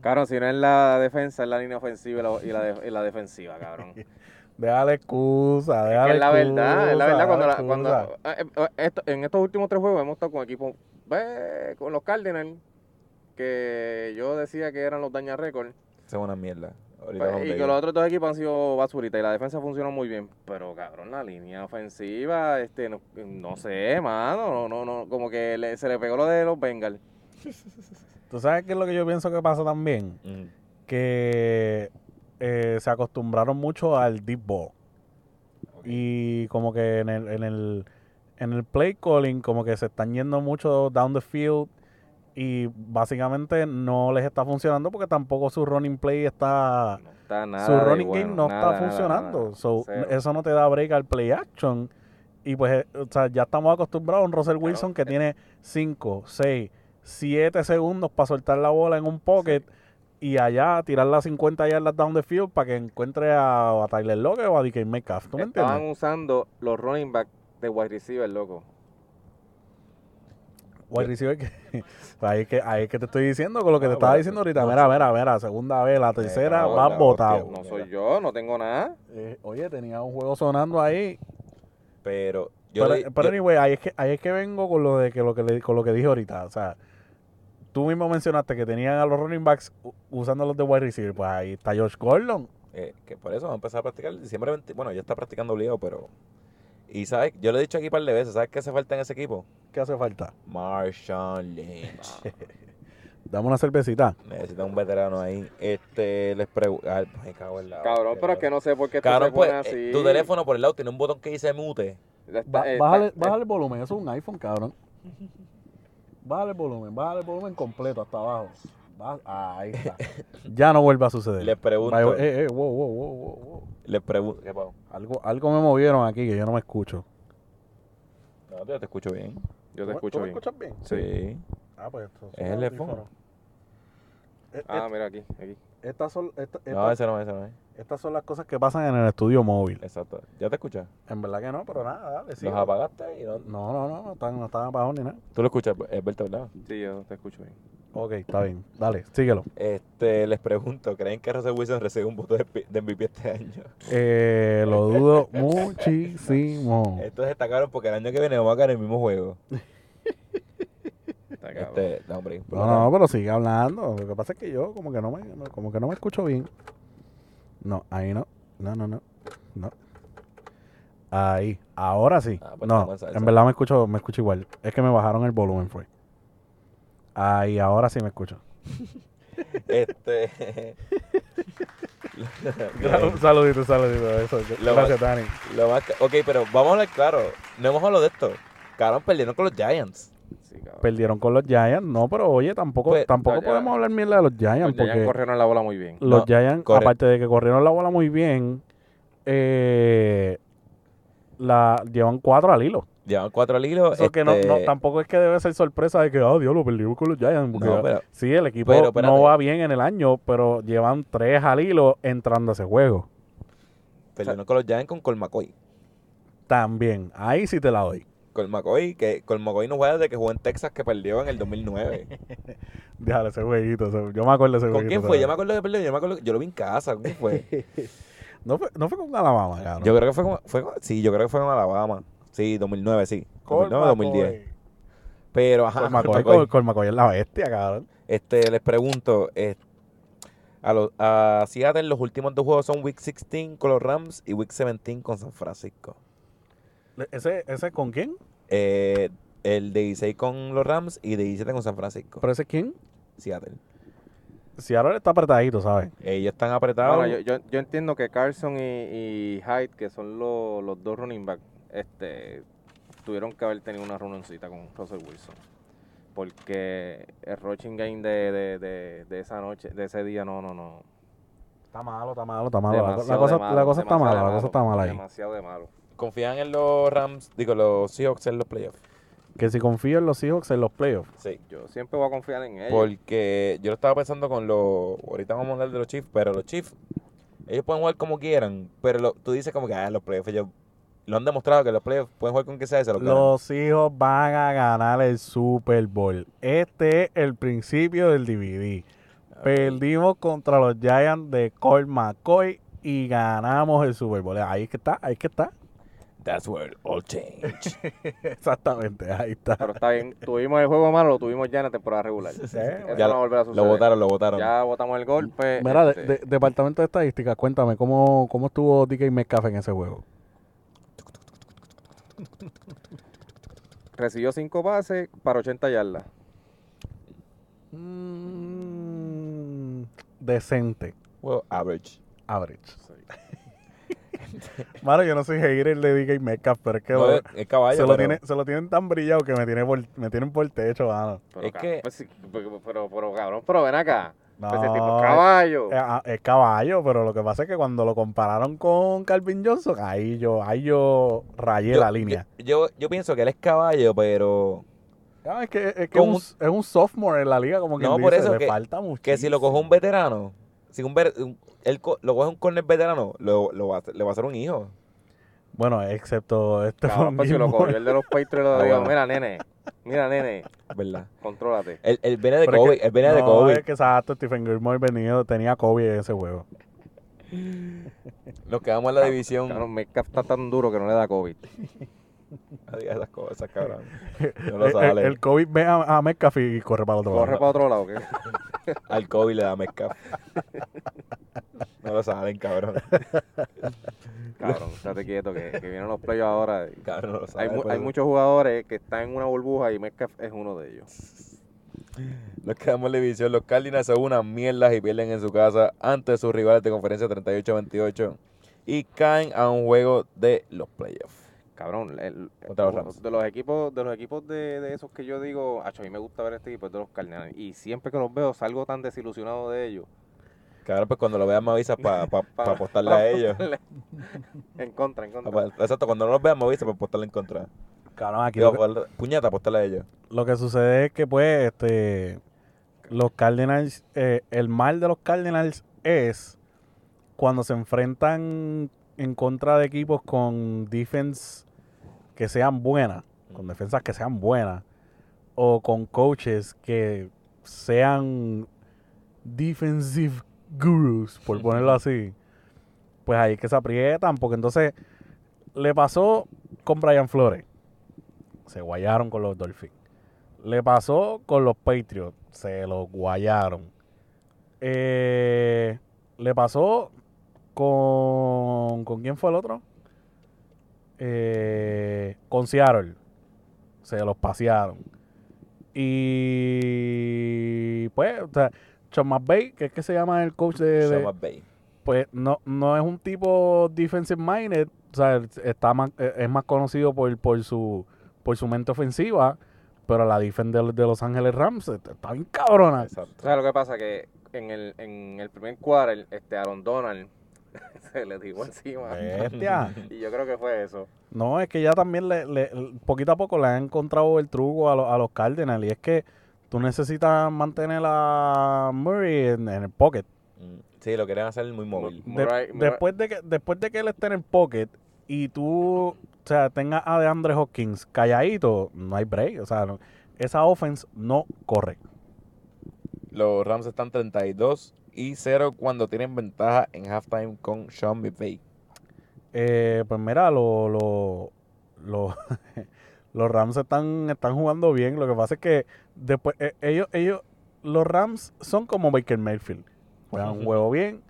Cabrón, si no es la defensa, es la línea ofensiva y la, y la, de- y la defensiva, (laughs) cabrón. déjale excusa, Es que déjale es la verdad, es la verdad. Cuando, la- excusa, cuando- déjale excusa. eh, eh, esto- en estos últimos tres juegos hemos estado con equipos, ve, con los Cardinals, que yo decía que eran los daña récord, Eso es una mierda. Ahorita pues, vamos y de que ello. los otros dos equipos han sido basuritas y la defensa funcionó muy bien. Pero cabrón, la línea ofensiva, este, no, no sé, mano, no, no, no, como que le- se le pegó lo de los Bengals. ¿Tú sabes qué es lo que yo pienso que pasa también? Mm. Que eh, se acostumbraron mucho al deep ball. Ok. Y como que en el, en el, en el play calling, como que se están yendo mucho down the field. Y básicamente no les está funcionando porque tampoco su running play está. No está nada su de Ah. running bueno, game no nada, nada, está funcionando. nada. So, Cero. eso no te da break al play action. Y pues, eh, o sea, ya estamos acostumbrados a un Russell Wilson que tiene 5, 6, 7 segundos para soltar la bola en un pocket y allá tirarla 50 yardas down the field para que encuentre a, a Tyler Lockett o a DK Metcalf. ¿Tú me Estaban entiendes? usando los running back de wide receiver, loco. Wide receiver que, (laughs) ahí, es que, ahí es que te estoy diciendo con lo que Ah, te estaba bueno, diciendo ahorita. no, Mira, sí. mira, mira, segunda vez, la tercera, cago en vas la botado. hostia, No soy yo, no tengo nada. Eh, oye, tenía un juego sonando ahí Pero yo pero, eh, le- yo- pero anyway, ahí es que, ahí es que vengo con lo de que lo que le- con lo que dije ahorita. O sea, tú mismo mencionaste que tenían a los running backs u- usando los de wide receiver. Pues ahí está Josh Gordon. eh, que por eso va a empezar a practicar en diciembre 20 Bueno, ya está practicando obligado, pero. Y sabes, yo lo he dicho aquí un par de veces, ¿sabes qué hace falta en ese equipo? ¿Qué hace falta? Marshawn Lynch. Dame una cervecita. Necesita un veterano ahí. Este, les pregunto. Ay, me cago en la Cabrón, pero es que no sé por qué esto Cabrón, se pues, pone eh, así. tu teléfono por el lado tiene un botón que dice mute. Está- eh, está- bájale, bájale el volumen. Eso es un iPhone, cabrón. Bájale el volumen. Bájale el volumen completo hasta abajo. Ba- ahí está. ya no vuelve a suceder. Les pregunto. Bye- eh, eh, wow, wow, wow, wow, wow. Les pregunto. ¿Qué pasó? Algo, algo me movieron aquí que yo no me escucho. No, yo te escucho bien. Yo ¿Tú te me- escucho tú me bien. escuchas bien? Sí. Ah, pues esto Es el audífono. iPhone. E- Ah, mira aquí, aquí. e- Estas son, esta- No, esta- ese no, ese no es. estas son las cosas que pasan en el estudio móvil. Exacto. ¿Ya te escuchas? En verdad que no, pero nada, dale, sigue. Los apagaste y no. No, no, no, no están, no están apagados ni nada. Tú lo escuchas, pues, es Berta, ¿verdad? Sí, yo te escucho bien. Ok, está bien. Dale, síguelo. Este, les pregunto, ¿creen que Russell Wilson recibe un voto de pi- de MVP este año? Eh, (laughs) lo dudo muchísimo. Esto se está cabrón porque el año que viene vamos a ganar el mismo juego. Está cabrón. Este, no, hombre. No, no, pero sigue hablando. Lo que pasa es que yo como que no me, no, como que no me escucho bien. No, ahí no. No, no, no. No. Ahí. Ahora sí. Ah, pues no, estamos en salsa. en verdad me escucho, me escucho igual. Es que me bajaron el volumen, fue. Ahí, ahora sí me escucho. Este. (laughs) Un saludito, un saludito. Eso. Lo Gracias, Dani. Lo más ca- ok, pero vamos a hablar claro. No hemos hablado de esto. Cabrón, perdieron con los Giants. Sí, cabrón. Perdieron con los Giants. No, pero oye, tampoco, Pues, tampoco los Giants- podemos hablar mierda de los Giants. Los porque... Giants Pues, corrieron la bola muy bien. los No, Giants, correcto. aparte de que corrieron la bola muy bien, eh, la llevan cuatro al hilo. Llevan cuatro al hilo. Eso que no, este, no- tampoco es que debe ser sorpresa de que, oh, Dios, lo perdimos con los Giants. porque, no, pero, sí, el equipo pero, espérate. no va bien en el año, pero llevan tres al hilo entrando a ese juego. perdieron con los Giants con Colmacoy. También, ahí sí te la doy. Colmacoy, que Colmacoy no juega desde que jugó en Texas que perdió en el (laughs) 2009. Déjale ese jueguito. ese- yo me acuerdo de ese ¿Con jueguito. quién fue? Yo me ¿sabes? acuerdo que perdió, yo me acuerdo, yo lo vi en casa, ¿con quién fue? (laughs) no, fue, no fue con Alabama, cabrón. Yo creo que fue con, fue con- sí, yo creo que fue con Alabama. Sí, 2009, sí. 2009, 2010. (laughs) Pero ajá, Con Colmacoy. McCoy, es la bestia, cabrón. Este, les pregunto, eh, a, los, a Seattle los últimos dos juegos son Week 16 con los Rams y Week 17 con San Francisco. ¿Ese, ese con quién? Eh, el de 16 con los Rams y de 17 con San Francisco. ¿Pero ese quién? Seattle. Seattle está apretadito, ¿sabes? Ellos están apretados. Ahora, yo, yo, yo entiendo que Carson y, y Hyde, que son lo- los dos running back, este, tuvieron que haber tenido una reunioncita con Russell Wilson. Porque el rushing game de, de, de, de esa noche, de ese día, no, no, no. Está malo, está malo, está malo. La- Demasiado la cosa, de malo, la cosa está demasiado de mala, la cosa está mala ahí. Demasiado de malo. Confían en los Rams, digo, los Seahawks en los playoffs. Que si confío en los Seahawks en los playoffs. Sí. Yo siempre voy a confiar en ellos. Porque yo lo estaba pensando con los. Ahorita vamos a hablar de los Chiefs, pero los Chiefs, ellos pueden jugar como quieran. Pero lo- tú dices como que, ah, los playoffs, ellos lo han demostrado que los playoffs pueden jugar con que sea y se los ganan. Los Seahawks van a ganar el Super Bowl. Este es el principio del DVD. Perdimos contra los Giants de Colt McCoy y ganamos el Super Bowl. Ahí es que está, ahí es que está. (laughs) That's where it all (laughs) change. Exactamente, ahí está. Pero está bien, (laughs) tuvimos el juego malo, lo tuvimos ya en la temporada regular. sí, Eso Ya no va a volver a suceder. lo votaron, lo votaron. Ya votamos el golpe. Mira, de- este, de- Departamento de Estadísticas, cuéntame, ¿cómo, cómo estuvo DK Metcalf en ese juego? Recibió cinco pases para 80 yardas. Mm, decente. Well, average. average. Mano, yo no soy hater de DK Metcalf, pero es que No, bro, es, es caballo. se, lo pero- tiene, se lo tienen tan brillado que me, tiene por- me tienen por el techo, mano. Pero, Es ca- que- pues sí, pero, pero- pero, cabrón, pero ven acá. No, Pues ese tipo es caballo. eh, ah, es caballo, pero lo que pasa es que cuando lo compararon con Calvin Johnson, ahí yo, ahí yo rayé yo- la línea. Yo, yo, yo pienso que él es caballo, pero Ah, es que, es, que Con un- un- es un sophomore en la liga, como que No, por eso le que- falta mucho. que si lo coge un veterano, si un, ver- un- él co- lo coge un corner veterano, lo, lo va, a- le va a hacer un hijo. Bueno, excepto este (laughs) Cabrón, pues si lo cogió el de los (laughs) Patriots, le digo, Ah, bueno. mira, nene, mira, nene, ¿Verdad? contrólate. Él, él viene de Pero es que- COVID. Él viene de No, COVID. es que exacto, Stephen Gilmore venido, tenía Kobe en ese juego. Nos quedamos en Ah, la división. Cabrón, Metcalf está tan duro que no le da COVID. No digas esas cosas, (laughs) cabrón. No Eh, El- lo el- sale. El, COVID ve a, a Metcalf y corre para el otro Corre lado. para otro lado, ¿qué? Al COVID le da mezcla. (laughs) No lo saben, cabrón. Cabrón, estate quieto, que, que vienen los playoffs ahora. y- Cabrón, no lo Hay, saben. mu- por hay eso. muchos jugadores que están en una burbuja y Metcalf es uno de ellos. Nos quedamos en la división. Los Cardinals son unas mierdas y pierden en su casa ante sus rivales de conferencia 38-28 y caen a un juego de los playoffs. Cabrón, el- Contra los uno Rams. de los equipos, de los equipos de, de esos que yo digo, "Acho, a mí me gusta ver este equipo es de los Cardinals. Y siempre que los veo salgo tan desilusionado de ellos. Cabrón, pues cuando lo vean me avisas para (laughs) Pa- apostarle pa- a ellos. (laughs) en contra, en Ah, contra. pa- Exacto, cuando no los vean me avisas para apostarle en contra. Cabrón, aquí Digo, lo que- por- puñeta, apostarle a ellos. Lo que sucede es que, pues, este, los Cardinals, eh, el mal de los Cardinals es cuando se enfrentan en contra de equipos con defense que sean buenas, con defensas que sean buenas, o con coaches que sean defensive gurus, por ponerlo así, pues ahí es que se aprietan, porque entonces le pasó con Brian Flores, se guayaron con los Dolphins. Le pasó con los Patriots. Se los guayaron. Eh, le pasó con. ¿Con quién fue el otro? Eh, con Seattle. Se los pasearon. Y. Pues, o sea, Sean McVay, que es que se llama el coach de. de- Sean McVay. pues no, no es un tipo defensive minded, o sea, está más- eh, es más conocido por, por su por su mente ofensiva, pero la defensa de, de Los Ángeles Rams está está bien cabrona. O Exacto. sea, lo que pasa que en el, en el primer quarter, este Aaron Donald (laughs) se le tiró encima. Bestia. Y yo creo que fue eso. (laughs) No, es que ya también le, le- poquito a poco le han encontrado el truco a, los- a los Cardinals y es que tú necesitas mantener a Murray en, en el pocket. Mm, Sí, lo querían hacer muy móvil. De- Murray- Murray- después, de que, después de que él esté en el pocket y tú, o sea, tengas a DeAndre Hopkins calladito, no hay break. O sea, no- esa offense no corre. Los Rams están 32 y 0 cuando tienen ventaja en halftime con Sean McVay. Eh, pues mira, lo, lo- lo- (laughs) los Rams están, están jugando bien. Lo que pasa es que después eh, ellos, ellos, los Rams son como Baker Mayfield. Juegan un juego bien,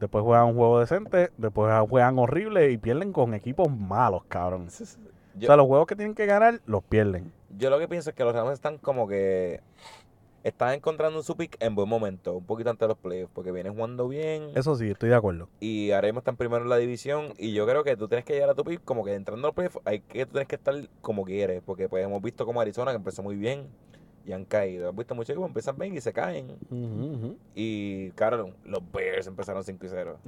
después juegan un juego decente, después juegan horrible y pierden con equipos malos, cabrón. O Yo- sea, los juegos que tienen que ganar, los pierden. Yo lo que pienso es que los Rams están como que están encontrando su pick en buen momento, un poquito antes de los playoffs, porque vienen jugando bien Eso sí, estoy de acuerdo. y ahora mismo están primero en la división y yo creo que tú tienes que llegar a tu pick como que entrando a los playoffs, hay que tú tienes que estar como quieres, porque pues hemos visto como Arizona que empezó muy bien y han caído. Hemos visto muchos equipos que empiezan bien y se caen. Y claro, los Bears empezaron 5 y (laughs) 0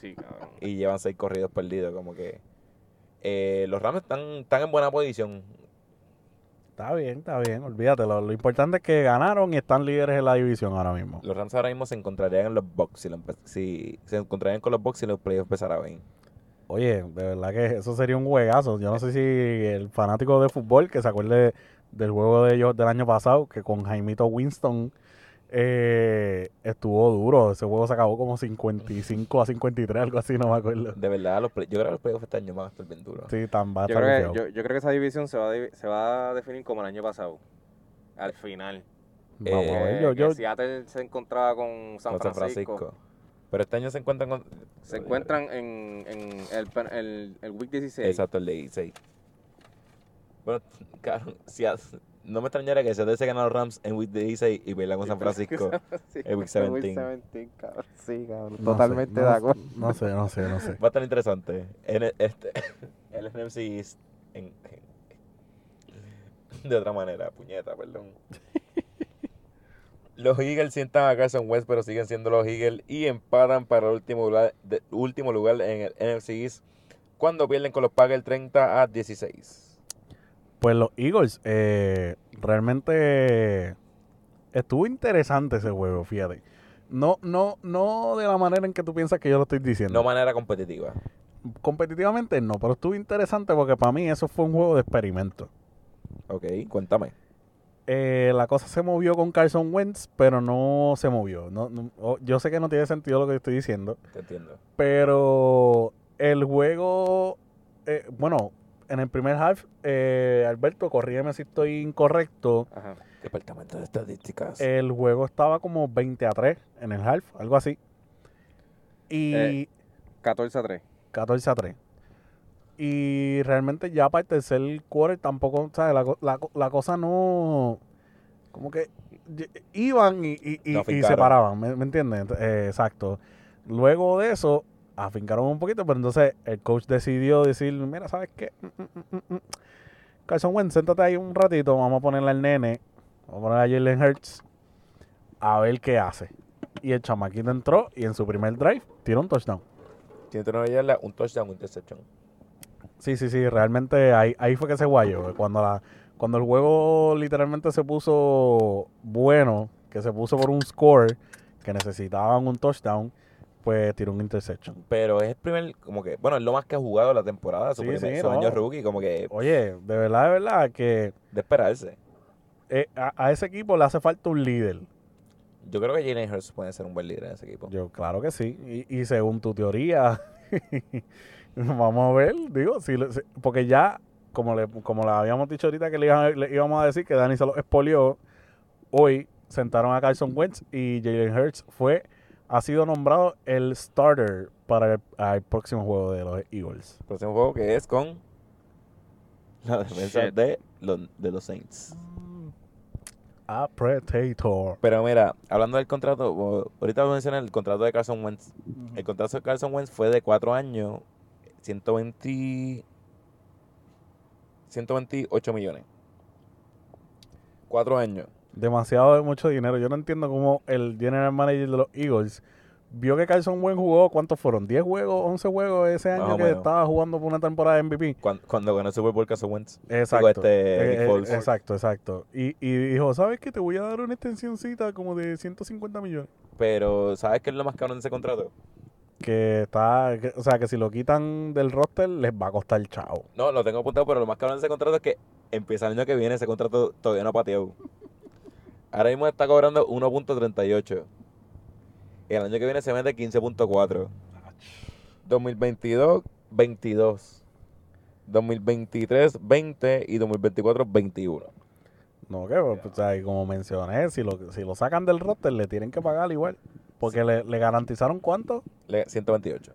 Sí, cabrón. y llevan seis corridos perdidos, como que eh, los Rams están, están en buena posición. Está bien, está bien, olvídate. Lo, lo importante es que ganaron y están líderes en la división ahora mismo. Los Rams ahora mismo se encontrarían en los Bucks si, lo empe- si se encontrarían con los Bucks si los playoffs empezaran bien. Oye, de verdad que eso sería un juegazo. Yo no sé si el fanático de fútbol que se acuerde del juego de ellos del año pasado, que con Jaimito Winston eh, estuvo duro. Ese juego se acabó como 55 a 53, algo así, no me acuerdo. De verdad, los play- yo creo que los playoffs este año van a estar bien duros. Sí, tan Yo bastante. creo, que, yo, yo creo que esa división se va, a, divi- se va a definir como el año pasado. Al final. Vamos a ver, Eh, yo, que yo- Seattle se encontraba con San, Con San Francisco. Francisco. Pero este año se encuentran con... Se encuentran en, en el, pen- el, el Week (laughs) 16. Exacto, el de 16. Bueno, claro, si a- no me extrañaría que se de ese ganado Rams en Week 16 y verla con San (laughs) Francisco. Sí, El Week el 17. cabrón. Sí, cabrón. No Totalmente sé, de no- acuerdo. No sé, no sé, no sé. Va a estar interesante. En el- este, (laughs) el NFC East en- en- de otra manera, puñeta, perdón. Los Eagles sientan a Carson Wentz, pero siguen siendo los Eagles y empatan para el último lugar, de- último lugar en el NFC East cuando pierden con los Packers 30 a 16. Pues los Eagles, eh, realmente estuvo interesante ese juego, fíjate. No, no, no de la manera en que tú piensas que yo lo estoy diciendo. No manera competitiva. Competitivamente no, pero estuvo interesante porque para mí eso fue un juego de experimento. Ok, cuéntame. Eh, la cosa se movió con Carson Wentz, pero no se movió. No- no- oh, yo sé que no tiene sentido lo que estoy diciendo, Te entiendo. pero el juego, eh, bueno, en el primer half, eh, Alberto, corrígeme si estoy incorrecto, Ajá. Departamento de Estadísticas. el juego estaba como 20 a 3 en el half, algo así. Y Eh. 14 a 3. 14 a 3. Y realmente ya para el tercer quarter tampoco, ¿sabes? La, co- la co- la cosa no... Como que y- iban y, y- y- No y se fincaron. paraban, ¿me, me entiendes? Ent- eh, exacto. Luego de eso, afincaron un poquito, pero entonces el coach decidió decir, mira, ¿sabes qué? Mm, mm, mm, mm, mm. Carson Wentz, siéntate ahí un ratito, vamos a ponerle al nene, vamos a ponerle a Jalen Hurts, a ver qué hace. Y el chamaquito entró y en su primer drive tiró un touchdown. 109 yardas, un touchdown, un interception. Sí, sí, sí, realmente ahí, ahí fue que se guayó. Cuando, la, cuando el juego literalmente se puso bueno, que se puso por un score, que necesitaban un touchdown, pues tiró un interception. Pero es el primer, como que, bueno, es lo más que ha jugado la temporada, su, Sí, primer, sí, su no. año rookie, como que Oye, de verdad, de verdad, que de esperarse. eh, a, a ese equipo le hace falta un líder. Yo creo que Jalen Hurts puede ser un buen líder en ese equipo. Yo, claro que sí. Y, y según tu teoría, (laughs) vamos a ver, digo, si, lo- si- porque ya, como le, como le habíamos dicho ahorita que le, iba- le íbamos a decir que Dani se lo expolió, hoy sentaron a Carson Wentz y Jalen Hurts fue, ha sido nombrado el starter para el, al próximo juego de los Eagles. El próximo juego que es con la defensa Shit. de los, de los Saints. A Predator. Pero mira, hablando del contrato, o- ahorita voy a mencionar el contrato de Carson Wentz. El contrato de Carson Wentz fue de 4 años, 120, 128 millones. 4 años. Demasiado de mucho dinero. Yo no entiendo cómo el general manager de los Eagles vio que Carson Wentz jugó, ¿cuántos fueron? ¿10 juegos? ¿11 juegos ese Más año o que menos. estaba jugando por una temporada de MVP? Cuando, cuando ganó el Super Bowl Carson Wentz. Exacto. este, Eh, Nick eh, Foles. exacto, exacto. Y, y dijo, ¿sabes qué? Te voy a dar una extensioncita como de 150 millones. Pero, ¿sabes qué es lo más cabrón de ese contrato? Que está, que- o sea, que si lo quitan del roster les va a costar chao. No, lo tengo apuntado, pero lo más cabrón de ese contrato es que empieza el año que viene, ese contrato todavía no ha pateado. Ahora mismo está cobrando 1.38. Y el año que viene se vende 15.4. 2022, 22. 2023, 20. Y 2024, 21. No, que, pues, o sea, y como mencioné, si lo, si lo sacan del roster le tienen que pagar igual. Porque le, le garantizaron cuánto. Le- 128.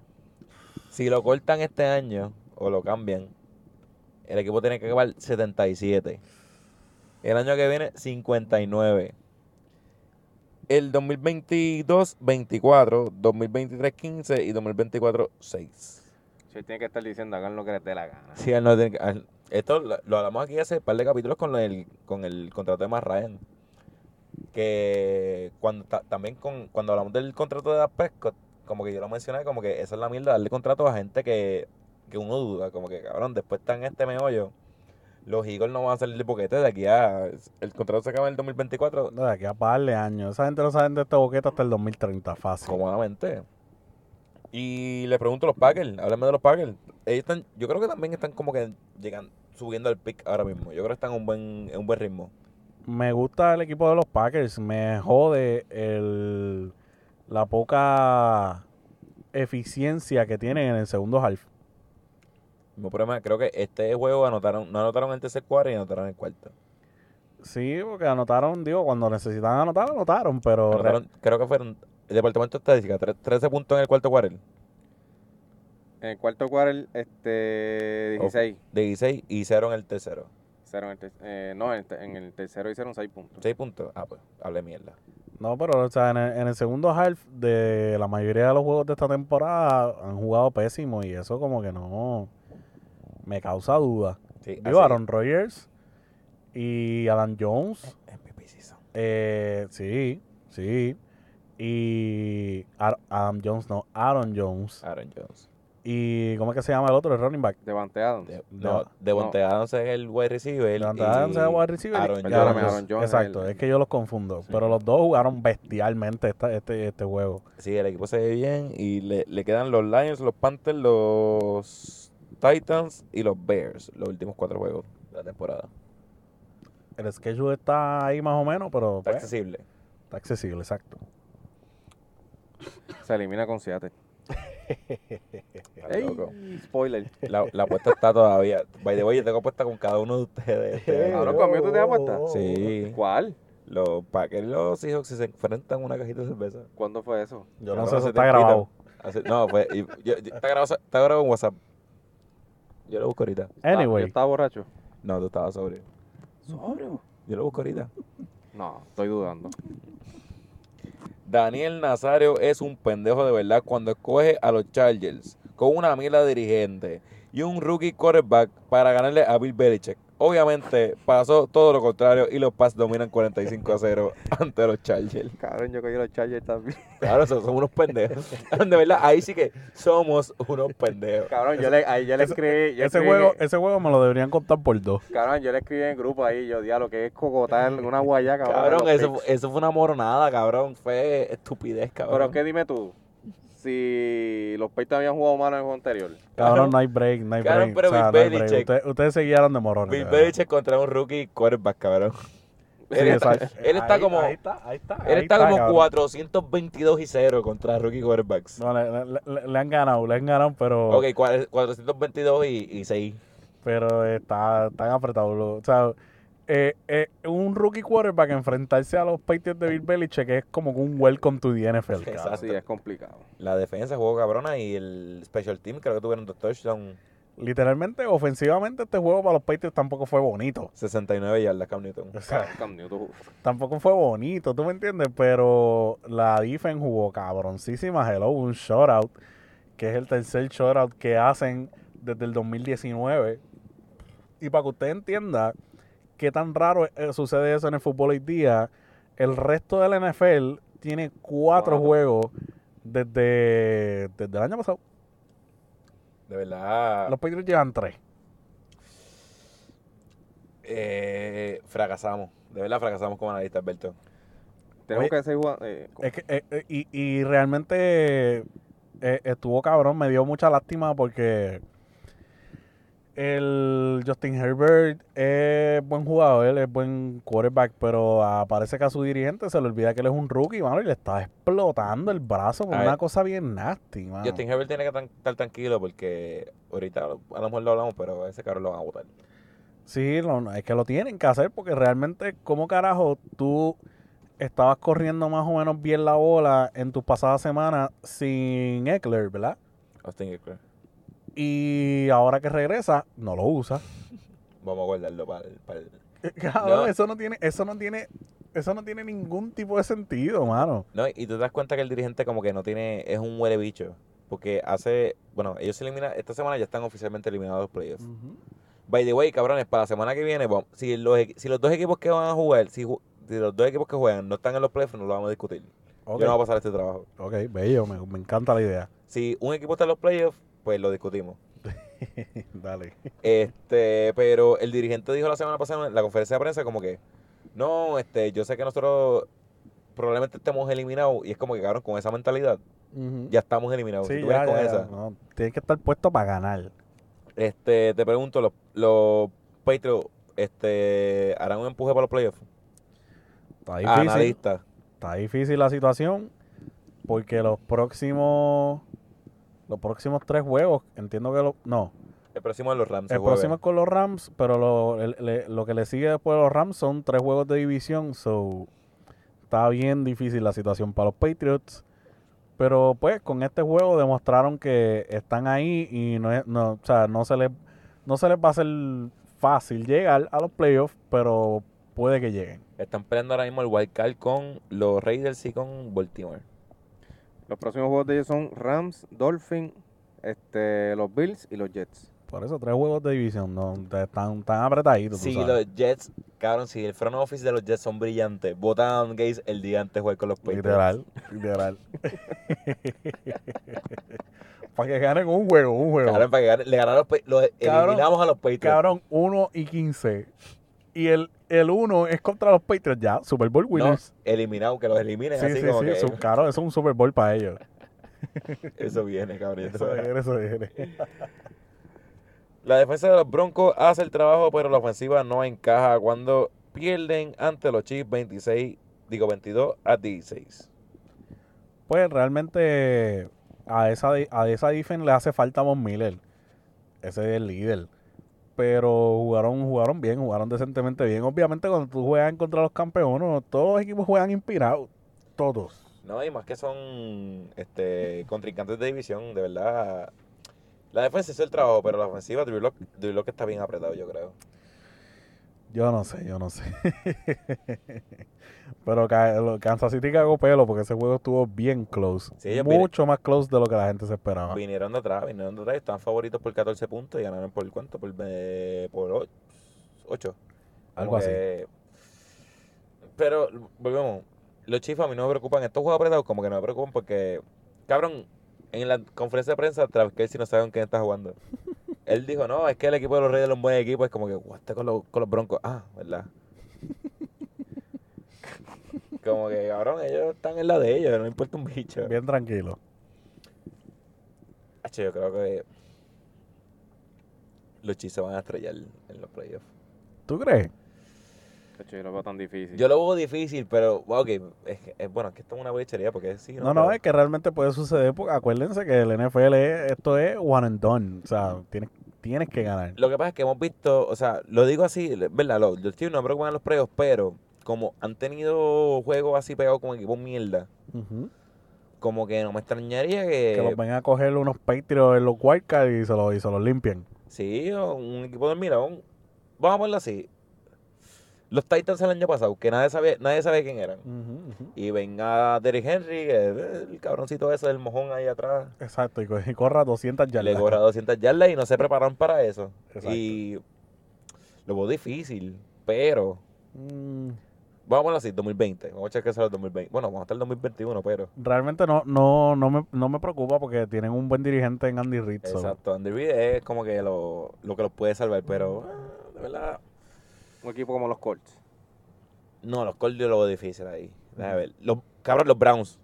Si lo cortan este año o lo cambian, el equipo tiene que acabar 77. El año que viene, 59. El 2022, 24. 2023, 15. Y 2024, 6. Se tiene que estar diciendo, hagan lo que les dé la gana. Sí, él no tiene que- ah, esto lo, lo hablamos aquí hace un par de capítulos con el, con el contrato de Matt Ryan. Que cuando ta- también con, cuando hablamos del contrato de Dak Prescott, como que yo lo mencioné, como que esa es la mierda, darle contrato a gente que, que uno duda, como que cabrón, después están en este meollo. Los Eagles no van a salir de boquete de aquí a. El contrato se acaba en el 2024, De aquí a par de años. Esa gente no sabe de esta boqueta hasta el 2030, fácil. cómodamente. Y le pregunto a los Packers, háblame de los Packers. Ellos están, yo creo que también están como que llegan subiendo al pick ahora mismo. Yo creo que están en un buen, en un buen ritmo. Me gusta el equipo de los Packers. Me jode el, la poca eficiencia que tienen en el segundo half. El mismo problema, creo que este juego anotaron, no anotaron el tercer cuarto y anotaron el cuarto. Sí, porque anotaron, digo, cuando necesitaban anotar, anotaron, pero re- Anotaron- creo que fueron el departamento de estadística, tre- 13 puntos en el cuarto cuarto, En el cuarto cuarto, este, 16. de 16 y 0 en el tercero. Cero tercero. En el ter- eh, no, en el, te- en el tercero hicieron 6 puntos. Seis puntos. Ah, pues, hablé mierda. No, pero o sea, en, el, en el segundo half de la mayoría de los juegos de esta temporada han jugado pésimo y eso como que no me causa duda. Sí, Digo, así- Aaron Rodgers y Adam Jones, MVP season. eh, sí, sí, y Ar- Adam Jones, no, Aaron Jones. Aaron Jones. ¿Y cómo es que se llama el otro, el running back? Devante Adams. De, no, Devontae Adams es el wide receiver. Devante y Adams es wide receiver. Aaron y Perdóname, Jones. Aaron Jones es Exacto, el- es que yo los confundo. Pero los dos jugaron bestialmente esta- este, este juego. Sí, el equipo se ve bien y le, le quedan los Lions, los Panthers, los Titans y los Bears, los últimos cuatro juegos de la temporada. El schedule está ahí más o menos, pero Está pues, accesible. está accesible, exacto. Se elimina con Seattle. Está Ey, loco. spoiler. La, la apuesta está todavía. By the way, yo tengo apuesta con cada uno de ustedes. (laughs) este año. Cabrón, ¿conmigo tú te apuestas? Oh. Sí. ¿Cuál? Los Packers, los Seahawks, si se enfrentan una cajita de cerveza. ¿Cuándo fue eso? Yo no Cabrón, sé, hace eso está tiempito. grabado. Hace- no, fue. y- yo- yo- está, grabado, está grabado en WhatsApp. Yo lo busco ahorita. Ah, Yo Anyway, estaba borracho. No, tú estabas sobre. ¿Sobrio? Yo lo busco ahorita. No, estoy dudando. Daniel Nazario es un pendejo de verdad cuando escoge a los Chargers con una mila dirigente y un rookie quarterback para ganarle a Bill Belichick. Obviamente pasó todo lo contrario y los Pats dominan 45 a 0 ante los Chargers. Cabrón, yo cogí los Chargers también. Claro, son, son unos pendejos. (laughs) De verdad, ahí sí que somos unos pendejos. (laughs) Cabrón, yo le, ahí yo le ese- escribí. yo ese escribí- juego, ese juego me lo deberían contar por dos. Cabrón, yo le escribí en el grupo ahí. Yo, diablo, que es cocotar una guayá, cabrón. Cabrón, los eso, picks". fu- eso fue una moronada, cabrón. Fue estupidez, Pero cabrón. qué dime tú, si los Peyton habían jugado mal en el juego anterior. Cabrón, no hay break, no hay Claro, break. pero o sea, Bill no hay break. Belichick- Ustedes, ustedes se guiaron de morones. Bill de verdad. Belichick contra un rookie quarterback, cabrón. Sí, Él está- exacto. él está Ahí- como- Ahí está, ahí está. Él ahí está como cabrón. 422 y 0 contra rookie quarterbacks. No, le, le- le- le han ganado, le han ganado, pero, Ok, cua- 422 y, y 6. pero está tan apretado. lo- O sea, eh, eh, un rookie quarterback enfrentarse a los Patriots de Bill Belichick es como un welcome to the NFL. cabrón. Exacto. Sí, es complicado. La defensa jugó cabrona y el special team creo que tuvieron dos touchdowns, Literalmente, ofensivamente, este juego para los Patriots tampoco fue bonito. 69 yardas Cam Newton. O sea, Cam Newton, tampoco fue bonito, ¿tú me entiendes? Pero la defense jugó cabroncísima. Hello, un shutout, que es el tercer shutout que hacen desde el 2019. Y para que usted entienda qué tan raro eh, sucede eso en el fútbol hoy día, el resto del NFL tiene cuatro Cuatro. juegos desde, desde el año pasado. De verdad, Los Patriots llevan tres. eh, fracasamos. De verdad, fracasamos como analistas, Alberto. Tenemos Oye, que seguir jugando. eh, Es que, eh, eh, y, y realmente eh, estuvo cabrón, me dio mucha lástima porque el Justin Herbert es buen jugador, él es buen quarterback, pero ah, parece que a su dirigente se le olvida que él es un rookie, mano, y le está explotando el brazo con A una ver. cosa bien nasty, mano. Justin Herbert tiene que tan- estar tranquilo porque ahorita a lo mejor lo hablamos, pero a ese cabrón lo van a votar. Sí, lo- no, es que lo tienen que hacer porque realmente, ¿cómo carajo tú estabas corriendo más o menos bien la bola en tus pasadas semanas sin Eckler, verdad? Austin Eckler. Y ahora que regresa, no lo usa. (laughs) Vamos a guardarlo para el... para el- Cabrón, No. eso no tiene, eso no tiene, eso no tiene ningún tipo de sentido, mano. No, y tú te das cuenta que el dirigente como que no tiene, es un huele bicho. Porque hace, bueno, ellos se eliminan, esta semana ya están oficialmente eliminados los playoffs. Mm. By the way, cabrones, para la semana que viene, vamos- si, los, equ- si los dos equipos que van a jugar, si, ju- si los dos equipos que juegan no están en los playoffs, no lo vamos a discutir. Ok, Yo no voy a pasar este trabajo. ok, bello, me, me encanta la idea. (laughs) Si un equipo está en los playoffs, pues lo discutimos. Dale. Este, pero el dirigente dijo la semana pasada en la conferencia de prensa como que, no, este, yo sé que nosotros probablemente estemos eliminados. Y es como que, cabrón, con esa mentalidad, ya estamos eliminados. Sí, si tú ya, vienes con ya, ya. esa, No, tienes que estar puesto para ganar. Este, te pregunto, los, los Patriots este, harán un empuje para los playoffs. Está difícil. Analistas. Está difícil la situación porque los próximos, los próximos tres juegos, entiendo que los, no, El próximo de los Rams. se El juega. próximo es con los Rams, pero lo, el- le- lo que le sigue después de los Rams son tres juegos de división, so está bien difícil la situación para los Patriots. Pero pues con este juego demostraron que están ahí y no, es- no, o sea, no se les no se les va a hacer fácil llegar a los playoffs, pero puede que lleguen. Están peleando ahora mismo el wildcard con los Raiders y con Baltimore. Los próximos juegos de ellos son Rams, Dolphins, este, los Bills y los Jets. Por eso tres juegos de división no Te- están tan apretaditos. tú Si sabes. los Jets, cabrón, si el front office de los Jets son brillantes, votan a Gates el día antes de jugar con los Patriots. Literal, (laughs) literal. (laughs) Para que ganen un juego, un juego. Cabrón, para que gane- le ganaron los, Pa- los Cabrón, eliminamos a los Patriots. Cabrón, 1 y 15. Y el, el 1 es contra los Patriots ya, Super Bowl no, winners. eliminado, que los eliminen sí, así sí, como sí. que su- Cabrón, eso es un Super Bowl para ellos. (laughs) eso viene, cabrón. Eso es, eso es. La defensa de los Broncos hace el trabajo, pero la ofensiva no encaja cuando pierden ante los Chiefs 26, digo 22 a 16. Pues realmente a esa, de- a esa defense le hace falta Von Miller. Ese es el líder. Pero jugaron, jugaron bien, jugaron decentemente bien. Obviamente cuando tú juegas contra los campeones, todos los equipos juegan inspirados. Todos. No, y más que son este, contrincantes de división, de verdad. La defensa hizo el trabajo, pero la ofensiva, Drew Lock, está bien apretado, yo creo. Yo no sé, yo no sé. (laughs) Pero ca- lo- Kansas City cagó pelo porque ese juego estuvo bien close. Sí, ellos vienen- Mucho más close de lo que la gente se esperaba. Vinieron de atrás, vinieron de atrás, estaban favoritos por 14 puntos y ganaron por cuánto, por, eh, por 8. Algo Como así. que- Eh, Pero, volvemos. Los Chiefs a mí no me preocupan. Estos juegos apretados como que no me preocupan porque, cabrón, en la conferencia de prensa, Travis Kelsey no sabe con quién está (laughs) jugando. Él dijo, no, es que el equipo de los Reyes es un buen equipo. Es como que, guau, está con los, con los broncos. Ah, (laughs) ¿verdad? Como que, cabrón, ellos están en la de ellos, no importa un bicho. Bien tranquilo. Hacho, yo creo que los Chiefs se van a estrellar en los playoffs. ¿Tú crees? De hecho, yo lo veo tan difícil. Yo lo veo difícil, pero, ok, es, que- es- bueno, es que esto es una bichería porque sí, No, no, Pero- es que realmente puede suceder porque acuérdense que el NFL es- esto es one and done. O sea, tienes, tienes que ganar. Lo que pasa es que hemos visto, o sea, lo digo así, ¿verdad? Los, los Chiefs no me preocupan los playoffs, pero como han tenido juegos así pegados con equipos mierda, Ujú. como que no me extrañaría que, Que los vengan a coger unos Patriots en los wildcards y se los, y se los limpien. sí, o un equipo del Mirón, vamos a ponerlo así, los Titans el año pasado, que nadie sabe, nadie sabe quién eran, Ujú, ujú. y venga Derrick Henry, que es el cabroncito ese del mojón ahí atrás, Exacto, y, co- y corra 200 Ya le yardas. (laughs) cobra 200 yardas y no se prepararon para eso. Exacto. Y lo veo difícil, pero Mm. vamos a así, 2020. Vamos a echar que sea el 2020. Bueno, vamos a estar el 2021, pero. Realmente no, no, no, me, no me preocupa porque tienen un buen dirigente en Andy Reid. so- Exacto, Andy Reid es como que lo, lo que los puede salvar, pero ah, de verdad. Un equipo como los Colts. No, los Colts yo lo veo difícil ahí. Déjame ver. Los, cabrón, los Browns.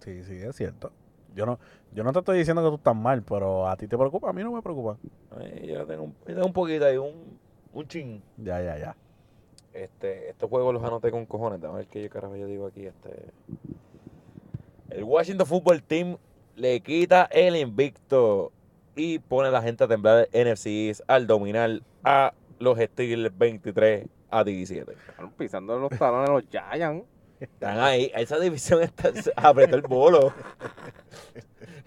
Sí, sí, es cierto. Yo no, yo no te estoy diciendo que tú estás mal, pero a ti te preocupa, a mí no me preocupa. Ay, yo tengo, un- yo tengo un poquito ahí, un, un chin. Ya, ya, ya. Este, estos juegos los anoté con cojones. Déjame ver qué yo carajo yo digo aquí. Este. El Washington Football Team le quita el invicto y pone a la gente a temblar el NFC East al dominar a los Steelers 23 a 17. Cabrón, pisando los talones a los Giants. Están ahí. Esa división está, apretó el bolo.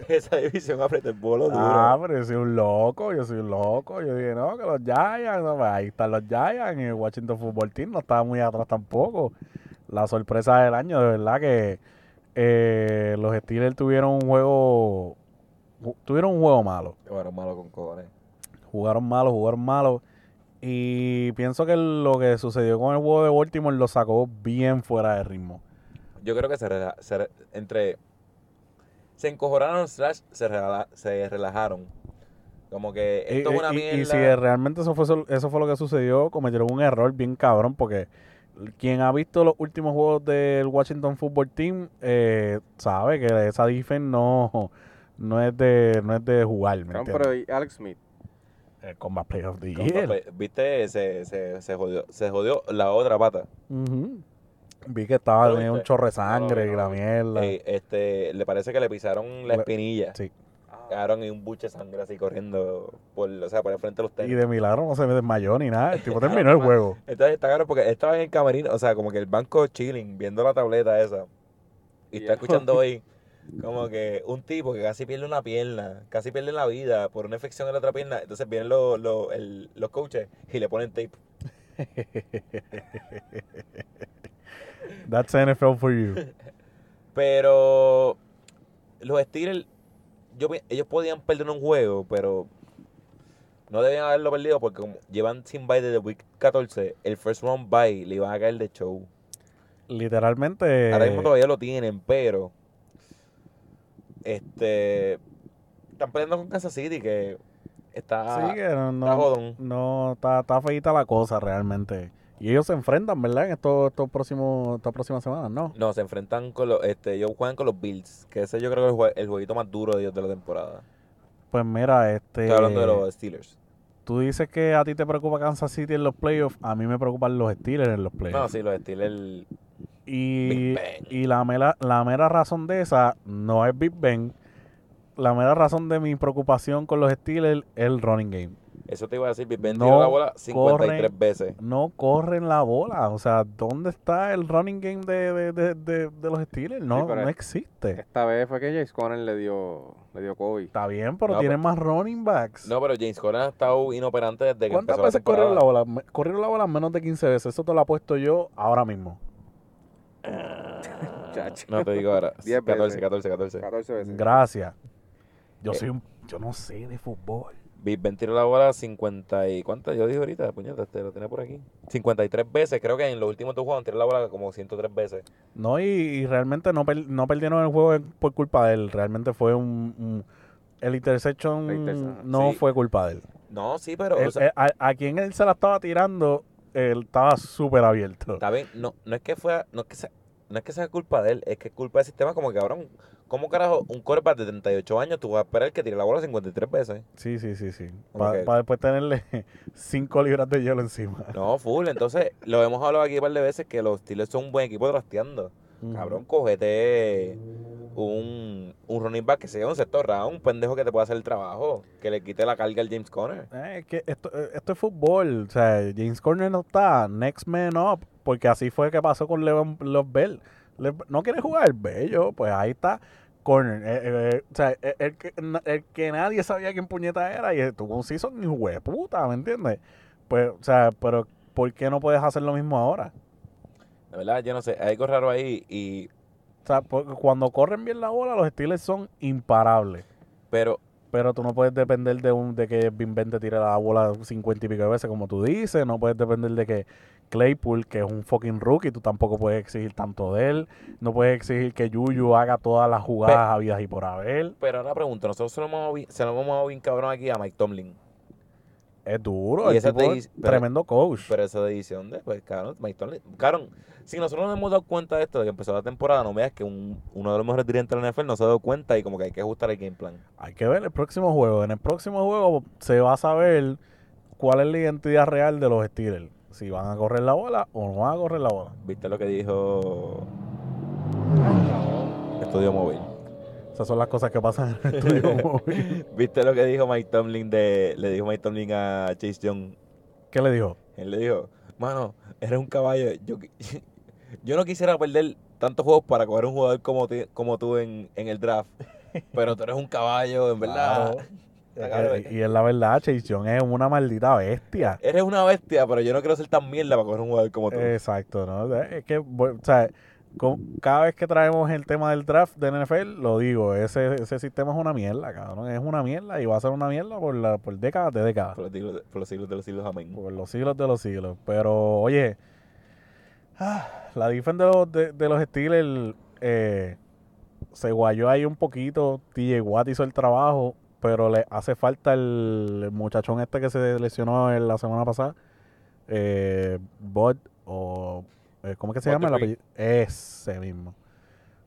Esa división apretó el bolo duro. Ah, pero yo soy un loco, yo soy un loco. Yo dije, no, que los Giants, no, pues ahí están los Giants. Y el Washington Football Team no estaba muy atrás tampoco. La sorpresa del año, de verdad que eh, los Steelers tuvieron un juego, ju- tuvieron un juego malo. Bueno, malo con cojones. jugaron malo, jugaron malo. Y pienso que lo que sucedió con el juego de Baltimore lo sacó bien fuera de ritmo. Yo creo que se, rela- se re- entre se encojoraron slash se, rela- se relajaron. Como que Y, esto es una y- mierda. y si realmente eso fue, sol- eso fue lo que sucedió, cometieron un error bien cabrón porque quien ha visto los últimos juegos del Washington Football Team eh, sabe que esa defense no, no, es de, no es de jugar, ¿me Cabrón, entiendes? pero ¿y Alex Smith. Eh, Combat Player of the Como Year. que, Viste, se, se, se jodió, se jodió la otra pata. Ujú. Vi que estaba ¿Lo tenía un viste? chorre de No lo vi, sangre no y la lo vi. mierda. Eh, este, le parece que le pisaron la Le- espinilla. sí. Ah. Cagaron en un buche de sangre así corriendo por, o sea, por el frente de los Y tenis. de milagro no se me desmayó ni nada. El (laughs) tipo terminó el juego. Entonces está claro porque él estaba en el camarín, o sea, como que el banco chilling, viendo la tableta esa. Y Y está él- escuchando ahí. Como que un tipo que casi pierde una pierna, casi pierde la vida por una infección en la otra pierna. Entonces vienen los, los, el- los coaches y le ponen tape. That's NFL for you. Pero los Steelers, yo, pi- ellos podían perder un juego, pero no debían haberlo perdido porque como llevan sin bye desde Week 14. El first round bye le iban a caer de show. Literalmente. Ahora mismo todavía lo tienen, pero este están peleando con Kansas City que está Sí, que está no, no, jodón. no, está, está feíta la cosa realmente. Y ellos se enfrentan, ¿verdad? En estos, estos próximos, estas próximas semanas, ¿no? No, se enfrentan con los este ellos juegan con los Bills, que ese yo creo que es el, jue- el jueguito más duro de ellos de la temporada. Pues mira, este. Estoy hablando de los Steelers. Tú dices que a ti te preocupa Kansas City en los playoffs, a mí me preocupan los Steelers en los playoffs. No, sí, los Steelers Y, Big Bang. y la, mera, la mera razón de esa no es Big Ben. La mera razón de mi preocupación con los Steelers es el running game. Eso te iba a decir, Big Ben No tiró la bola 53 corren. veces. No corren la bola. O sea, ¿dónde está el running game de, de- de- de- de los Steelers? No, pero no es- existe. Esta vez fue que Jace Conner le dio, le dio COVID. Está bien, pero No, tienen más running backs. No, pero James Conner ha estado inoperante desde que ¿Cuántas empezó la veces corrieron la temporada. bola? Me- Corrieron la bola menos de 15 veces. Eso te lo apuesto yo ahora mismo. Ah. Chacho. No te digo (laughs) ahora. 10 14, veces. 14, 14. 14 veces. Gracias. Yo Eh. soy un, yo no sé de fútbol. Big Ben tiró la bola 50 y... ¿Cuántas? Yo dije ahorita, puñeta, te lo tenía por aquí. 53 veces, creo que en los últimos dos juegos han tirado la bola como 103 veces. No, y, y realmente no, per- no perdieron el juego por culpa de él. Realmente fue un... un- el interception La intercepción, no sí. fue culpa de él. No, sí, pero... Él- o sea, eh, a, a quien él se la estaba tirando, él estaba súper abierto. está bien, no, no es que fuera... No es que, sea, no es que sea culpa de él, es que es culpa del sistema como que, cabrón, ¿cómo carajo un quarterback de 38 años tú vas a esperar que tire la bola 53 veces? Sí, sí, sí, sí. Como Para que- después tenerle (laughs) 5 libras de hielo encima. No, full. Entonces, lo hemos hablado aquí un par de veces que los Steelers son un buen equipo trasteando. Cabrón, cógete un, un running back que sea un sexto round, un pendejo que te pueda hacer el trabajo, que le quite la carga al James Conner. Eh, es que esto, eh, esto es fútbol. O sea, James Corner no está. Next man up. Porque así fue que pasó con Levan los Bell. Le- no quiere jugar Bello. Pues ahí está Corner. Eh, eh, eh, o sea, el, el que, na- el que nadie sabía quién puñeta era. Y tuvo un season y jugué puta, ¿me entiendes? Pues, o sea, pero ¿por qué no puedes hacer lo mismo ahora? De verdad, yo no sé, hay algo raro ahí. y O sea, porque cuando corren bien la bola, los Steelers son imparables. Pero Pero tú no puedes depender de un de que Big Ben te tire la bola 50 y pico de veces, como tú dices. No puedes depender de que Claypool, que es un fucking rookie, tú tampoco puedes exigir tanto de él. No puedes exigir que Yuyu haga todas las jugadas habidas y por haber. pero ahora pregunto, nosotros se lo hemos dado bien- se lo hemos dado bien cabrón aquí a Mike Tomlin. Es duro, Y el esa tipo te es dice- pero- tremendo coach. Pero esa edición de, pues, cabrón, Mike Tomlin. Cabrón, si nosotros nos hemos dado cuenta de esto, de que empezó la temporada, no veas que un- uno de los mejores dirigentes de la NFL no se ha dado cuenta y como que hay que ajustar el game plan. Hay que ver el próximo juego. En el próximo juego se va a saber cuál es la identidad real de los Steelers. Si van a correr la bola o no van a correr la bola. ¿Viste lo que dijo Estudio Móvil? Esas son las cosas que pasan (laughs) en el estudio móvil. ¿Viste lo que dijo Mike Tomlin de. Le dijo Mike Tomlin a Chase Young? ¿Qué le dijo? Él le dijo, mano, eres un caballo. Yo, qui- (laughs) yo no quisiera perder tantos juegos para coger un jugador como, ti- como tú en, en el (laughs) draft. Pero tú eres un caballo, en verdad. Claro. Es que- Y es la verdad, Chase Young es una maldita bestia. Eres una bestia, pero yo no quiero ser tan mierda para coger un jugador como tú. Exacto, ¿no? Eh, Es que, bueno, o sea, con- cada vez que traemos el tema del draft de NFL, lo digo, ese, ese sistema es una mierda, cabrón. Es una mierda y va a ser una mierda por, la, por décadas de décadas. Por los, siglos, de- por los siglos de los siglos, amén. Por los siglos de los siglos. Pero, oye, ah, la defensa de los, de, de los Steelers eh, se guayó ahí un poquito. TJ Watt hizo el trabajo, pero le hace falta el muchachón este que se lesionó en la semana pasada. Eh, Bud, o. eh, ¿Cómo que se Bud llama el Dupree. apellido? Ese mismo.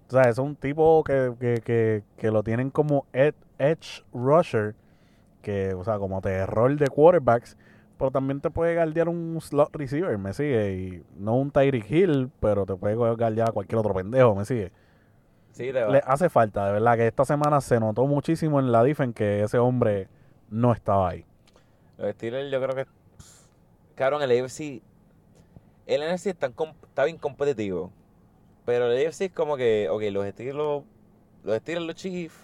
O sea, es un tipo que, que, que, que lo tienen como ed- edge rusher, que, o sea, como terror de quarterbacks, pero también te puede guardiar un slot receiver, me sigue, y no un Tyreek Hill, pero te puede guardiar a cualquier otro pendejo, me sigue. Sí, te va. Le hace falta, de verdad, que esta semana se notó muchísimo en la defense que ese hombre no estaba ahí. Los Steelers, yo creo que. Cabrón, el AFC. El NFC es tan com- está bien competitivo. Pero el AFC es como que. Ok, los Steelers los Steelers, los Chiefs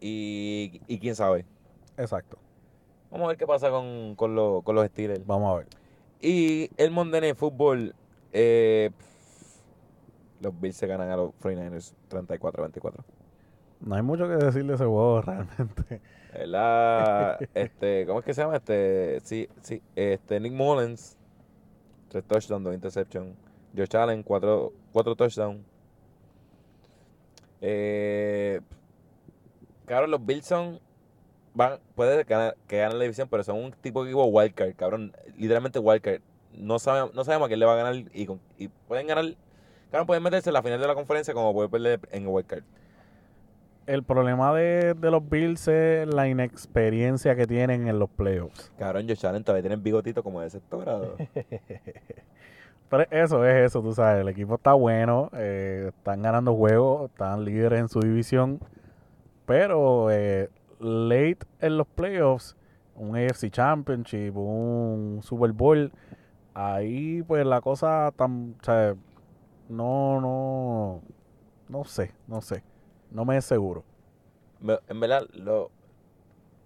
y, y quién sabe. Exacto. Vamos a ver qué pasa con, con, los- con los Steelers. Vamos a ver. Y el Monday Night Football, eh, los Bills se ganan a los 49ers 34-24. No hay mucho que decir de ese juego (laughs) realmente. ¿Verdad? Este, ¿Cómo es que se llama? Este, sí, sí, este, Nick Mullens, 3 touchdowns, 2 interceptions. Josh Allen, 4, touchdowns. Eh, cabrón, los Bills son- van, puede ganar- que ganen la división, pero son un tipo de equipo wildcard, cabrón. Literalmente wildcard. No, sabe, no sabemos a quién le va a ganar y, con- y pueden ganar. Cabrón, pueden meterse en la final de la conferencia como pueden perder en el wildcard. El problema de, de los Bills es la inexperiencia que tienen en los playoffs. Cabrón, Josh Allen todavía tiene el bigotito como de sexto grado. Pero eso es eso, tú sabes. El equipo está bueno, eh, están ganando juegos, están líderes en su división. Pero eh, late en los playoffs, un AFC Championship, un Super Bowl, ahí pues la cosa tan. o sea, no, no. No sé, no sé. No me es seguro. Me- En verdad, lo,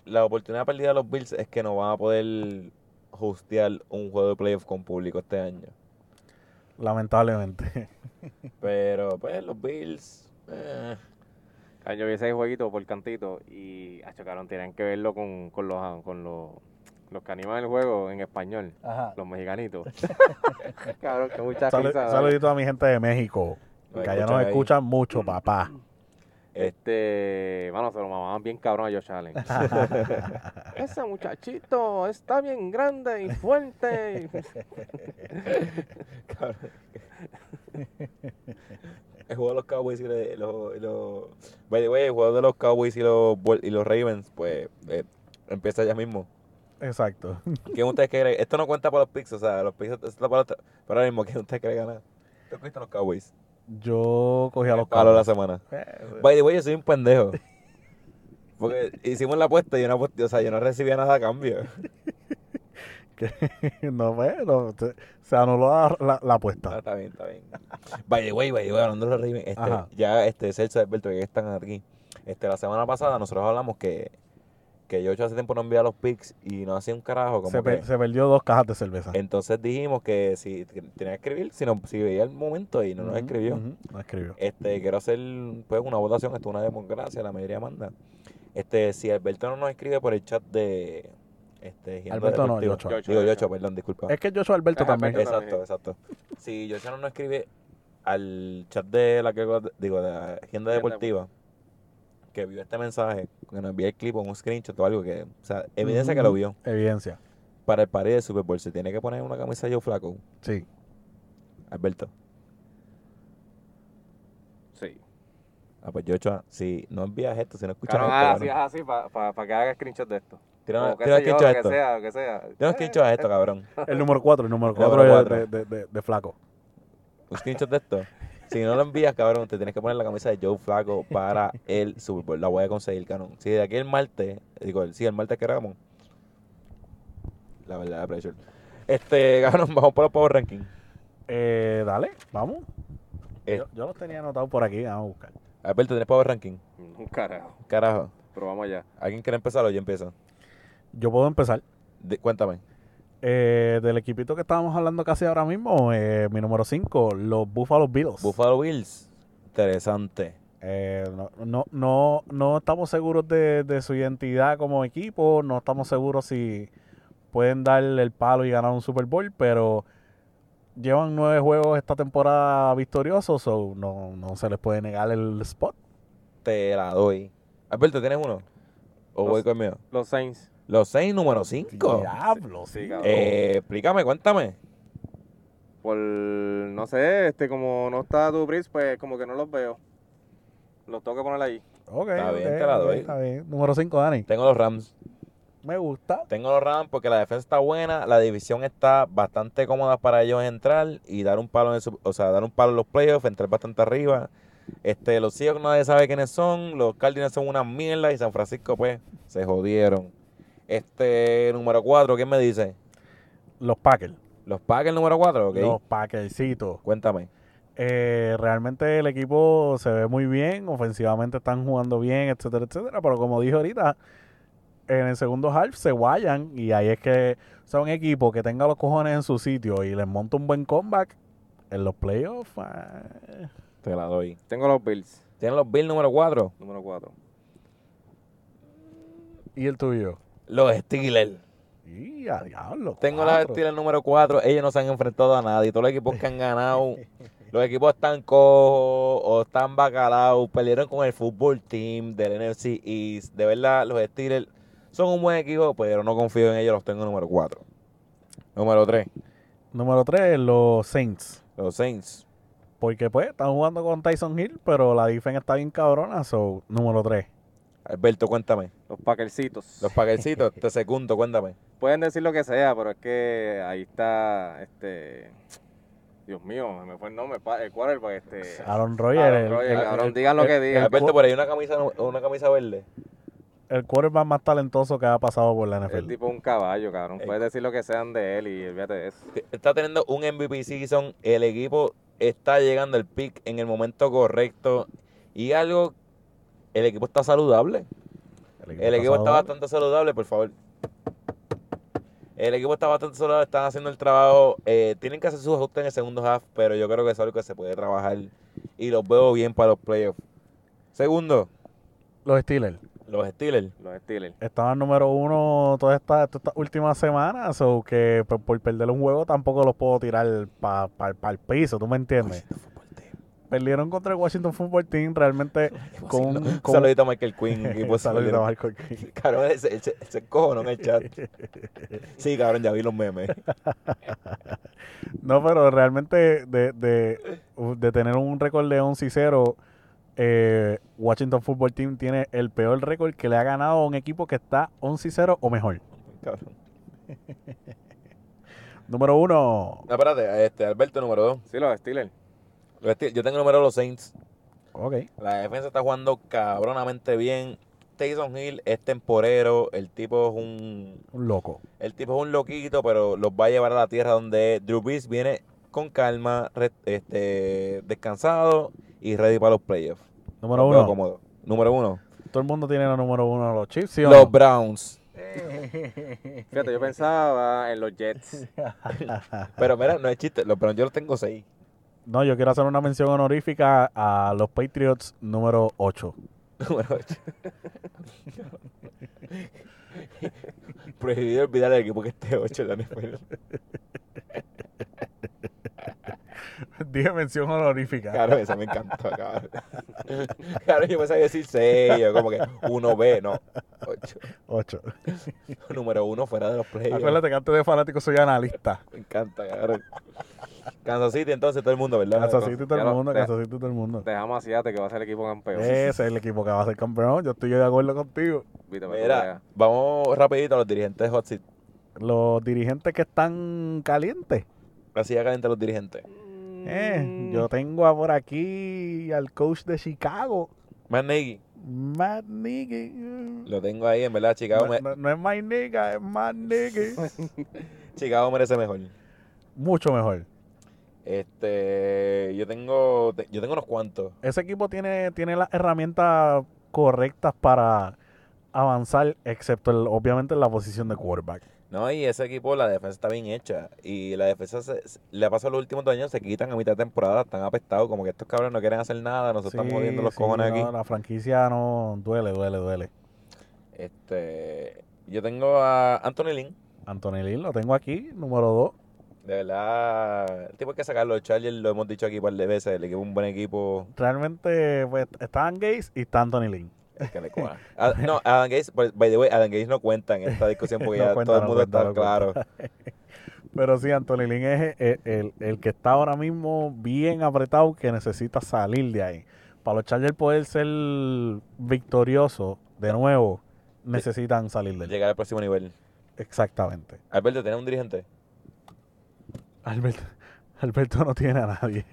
la oportunidad perdida de los Bills es que no van a poder hostear un juego de playoff con público este año. (laughs) Lamentablemente. (laughs) Pero, pues, los Bills. eh, Ah, Yo vi ese jueguito por cantito y achocaron, tenían que verlo con, con los con los, los que animan el juego en español, Ajá. los (laughs) mexicanitos. (laughs) Cabrón, que mucha Salu- risa, ¿vale? saludito a mi gente de México. Me Que allá escuchan nos ahí. Mm. escuchan mucho, papá. eh, Este, bueno, se lo mamaban bien cabrón a Josh Allen. Ese muchachito está bien grande y fuerte. (laughs) (laughs) cabrón. el juego de los Cowboys y de- los. los- By the way, el juego de los Cowboys y los, Bol- y los Ravens, pues, eh, empieza ya mismo. Exacto. (laughs) ¿Quién ustedes creen? Esto no cuenta para los Picks, o sea, los Picks. Esto está para, los- para ahora mismo, ¿quién ustedes creen ganar? ¿Tú cogiste a los Cowboys? Yo cogí a los Palo la Cowboys. semana. Eh, By the way, yo soy un pendejo. Porque hicimos la apuesta y yo no, aposté- o sea, yo no recibía nada a (laughs) cambio. (laughs) no, bueno, se, se anuló la, la- la Ah, apuesta. está bien, está bien. By the way, by the way, hablando de los Ravens, este, Ajá. ya este, Celso y Alberto que están aquí. Este, la semana pasada nosotros hablamos que, que yo hace tiempo no enviaba los picks y no hacía un carajo. Como Se, que- per- se perdió dos cajas de cerveza. entonces dijimos que si que tenía que escribir, si, no, si veía el momento y no nos Ujú, escribió. ujú, no escribió. Este, quiero hacer pues una votación, esto es una democracia, la mayoría manda. Este, si Alberto no nos escribe por el chat de este Giendo Alberto no, Deportivo. Yochoa. Yochoa, Digo Yochoa. Yochoa, perdón, disculpa. Es que yo soy Alberto Ajá, también. Alberto. Exacto, exacto. Si Yochoa no nos escribe al chat de la que digo de la agenda deportiva que vio este mensaje, que nos envía el clip o un screenshot o algo que, o sea, evidencia que lo Ujú, vio Evidencia. para el party de Super Bowl, se tiene que poner una camisa yo flaco, (laughs) Sí. Alberto. Sí. Ah, pues Yochoa, si no envías esto, si no escuchas Cabrón, esto, ah, cabrón, así, ah, así, para que haga screenshot de esto. tira- o qué tira sé yo, screenshot lo de que esto. sea, lo que sea. (laughs) Yo no screenshot de esto, cabrón. El número 4, el número El 4 número de, cuatro. de- de- de- de flaco. Un screenshot de esto. Si no lo envías, cabrón, te tienes que poner la camisa de Joe Flaco para el Super Bowl. La voy a conseguir, cabrón. Si de aquí el martes, digo, el- sí, el martes que grabamos. La verdad, la pressure. Este, (laughs) cabrón, vamos para los Power Ranking. Eh, dale, vamos. Eh. Yo, yo los tenía anotados por aquí, vamos a buscar. Alberto, ¿tienes Power Ranking? Un carajo. Carajo. Pero vamos allá. ¿Alguien quiere empezar o yo empiezo? Yo puedo empezar. De- cuéntame. Eh, del equipito que estábamos hablando casi ahora mismo, eh, mi número 5, los Buffalo Bills. Buffalo Bills. Interesante. Eh, no, no, no, no estamos seguros de, de su identidad como equipo, no estamos seguros si pueden darle el palo y ganar un Super Bowl, pero llevan nueve juegos esta temporada victoriosos, so no, no se les puede negar el spot. Te la doy. Alberto, ¿tienes uno? ¿O Los- voy conmigo? Los Saints. Los seis, número cinco. Diablo, Sí, sí. cabrón. Eh, explícame, cuéntame. Por, no sé, este, como no está tu Breeze, pues como que no los veo. Los tengo que poner ahí. Ok, Está bien, ok, te la ok, doy. está bien. Número 5, Dani. Tengo los Rams. Me gusta. Tengo los Rams porque la defensa está buena, la división está bastante cómoda para ellos entrar y dar un palo en el sub- o sea, dar un palo en los playoffs, entrar bastante arriba. Este, los Seahawks nadie sabe quiénes son, los Cardinals son una mierda y San Francisco pues se jodieron. Este número 4, ¿quién me dice? Los Packers. Los Packers número 4, ok. Los Packercitos. Cuéntame. eh, realmente el equipo se ve muy bien, ofensivamente están jugando bien, etcétera, etcétera. Pero como dije ahorita, en el segundo half se guayan y ahí es que o sea, un equipo que tenga los cojones en su sitio y les monta un buen comeback en los playoffs. eh, Te la doy. Tengo los Bills, Tienen los Bills número 4. número 4. ¿Y el tuyo? Los Steelers. Y a diablo. Tengo los cuatro. Steelers número 4. Ellos no se han enfrentado a nadie. Todos los equipos que han ganado, los equipos están cojos o están bacalaos. Perdieron con el fútbol team del NFC East. De verdad, los Steelers son un buen equipo, pero no confío en ellos. Los tengo número 4. Número 3. Número 3, los Saints. Los Saints. Porque pues están jugando con Tyson Hill, pero la defensa está bien cabrona, so número 3. Alberto, cuéntame. Los Packercitos. Los paquecitos, te secundo, cuéntame. Pueden decir lo que sea, pero es que ahí está este Dios mío, se me fue el nombre, pa- el quarterback este. Ah, Aaron Rodgers, Aaron el- Rodgers, el- cabrón, el, digan lo que digan. Alberto, por ahí una camisa, una camisa verde. el quarterback más talentoso que ha pasado por la El NFL. tipo es un caballo, cabrón. El- Puedes decir lo que sean de él y olvídate de eso. Está teniendo un MVP season. El equipo está llegando al pick en el momento correcto. Y algo, el equipo está saludable. El equipo está saludable. bastante saludable, por favor. El equipo está bastante saludable, están haciendo el trabajo. eh, tienen que hacer sus ajustes en el segundo half, pero yo creo que es algo que se puede trabajar. Y los veo bien para los playoffs. Segundo, Los Steelers los Steelers. Los Steelers. estaban número uno todas estas toda esta últimas semanas, o que por, por perder un juego tampoco los puedo tirar para el piso, ¿tú (laughs) me entiendes? Perdieron contra el Washington Football Team realmente con, un- (laughs) Un con- saludito a Michael Quinn. equipo (laughs) Saludito a saludero. Michael King. Cabrón, ese, ese, ese cojonó en el chat. Sí, cabrón, ya vi los memes. No, pero realmente de, de, de tener un récord de 11 y 0, eh, Washington Football Team tiene el peor récord que le ha ganado a un equipo que está 11 y 0 o mejor. Cabrón. Número uno. No, espérate, este, Alberto número 2. Sí, los Steelers. Yo tengo el número de los Saints. Ok. La defensa está jugando cabronamente bien. Tyson Hill es temporero. El tipo es un. Un loco. El tipo es un loquito, pero los va a llevar a la tierra donde es. Drew Brees viene con calma, re- este, descansado y ready para los playoffs. Número Los veo uno. cómodo. Número uno. Todo el mundo tiene la número uno a los Chiefs, ¿sí o Los no? Browns. Fíjate, yo pensaba en los Jets. Pero mira, no es chiste. Los Browns yo los tengo seis. No, yo quiero hacer una mención honorífica a los Patriots número 8. (laughs) Número 8. Prohibido olvidar el equipo que esté 8 en la NFL. (laughs) Dije mención honorífica. Claro, esa me encantó, cabrón. Claro, yo pensaba decir 6, yo como que 1B, no. 8. 8. Número 1 fuera de los playoffs. Acuérdate que antes de fanático soy analista. Me encanta, cabrón. Kansas City, entonces todo el mundo, ¿verdad? Kansas City todo ya el lo- mundo, ya- Kansas City todo el mundo. Dejamos a Seattle que va a ser el equipo campeón. Ese es el equipo que va a ser campeón. Yo estoy de acuerdo contigo. Viste, para que tú Mira, veas. vamos rapidito a los dirigentes de Hot Seat. Los dirigentes que están calientes. Así ya caliente los dirigentes. Mm. Eh, yo tengo a por aquí al coach de Chicago, Matt Nagy, Matt Nicky. lo tengo ahí, en verdad. Chicago, No, me- no- no es Mike Nigga, es Matt (laughs) Nicky. Chicago merece mejor. Mucho mejor. Este, yo tengo, te- yo tengo unos cuantos. Ese equipo tiene, tiene las herramientas correctas para avanzar, excepto el- obviamente en la posición de quarterback. No, y ese equipo, la defensa está bien hecha. Y la defensa se- se- le ha pasado los últimos dos años, se quitan a mitad de temporada, están apestados, como que estos cabrones no quieren hacer nada, nos están Sí, moviendo los sí, cojones no, aquí. La franquicia no duele, duele, duele. Este, yo tengo a Anthony Lynn, Anthony Lee lo tengo aquí, número 2. de verdad, el tipo hay que sacarlo, los Chargers lo hemos dicho aquí un par de veces, el equipo es un buen equipo. realmente pues, está Adam Gates y está Anthony Lynn. el que le (laughs) cuadra. Ah, no, Adam Gates, by by the way, Adam Gates no cuenta en esta discusión porque (laughs) No ya cuenta, todo el no mundo cuenta, está no claro. Pero sí, Anthony Lynn es el, el- el que está ahora mismo bien apretado que necesita salir de ahí. Para los Chargers poder ser victorioso de nuevo, necesitan salir de él. Llegar al próximo nivel. Exactamente. Alberto, ¿tienes un dirigente? Alberto, Alberto no tiene a nadie.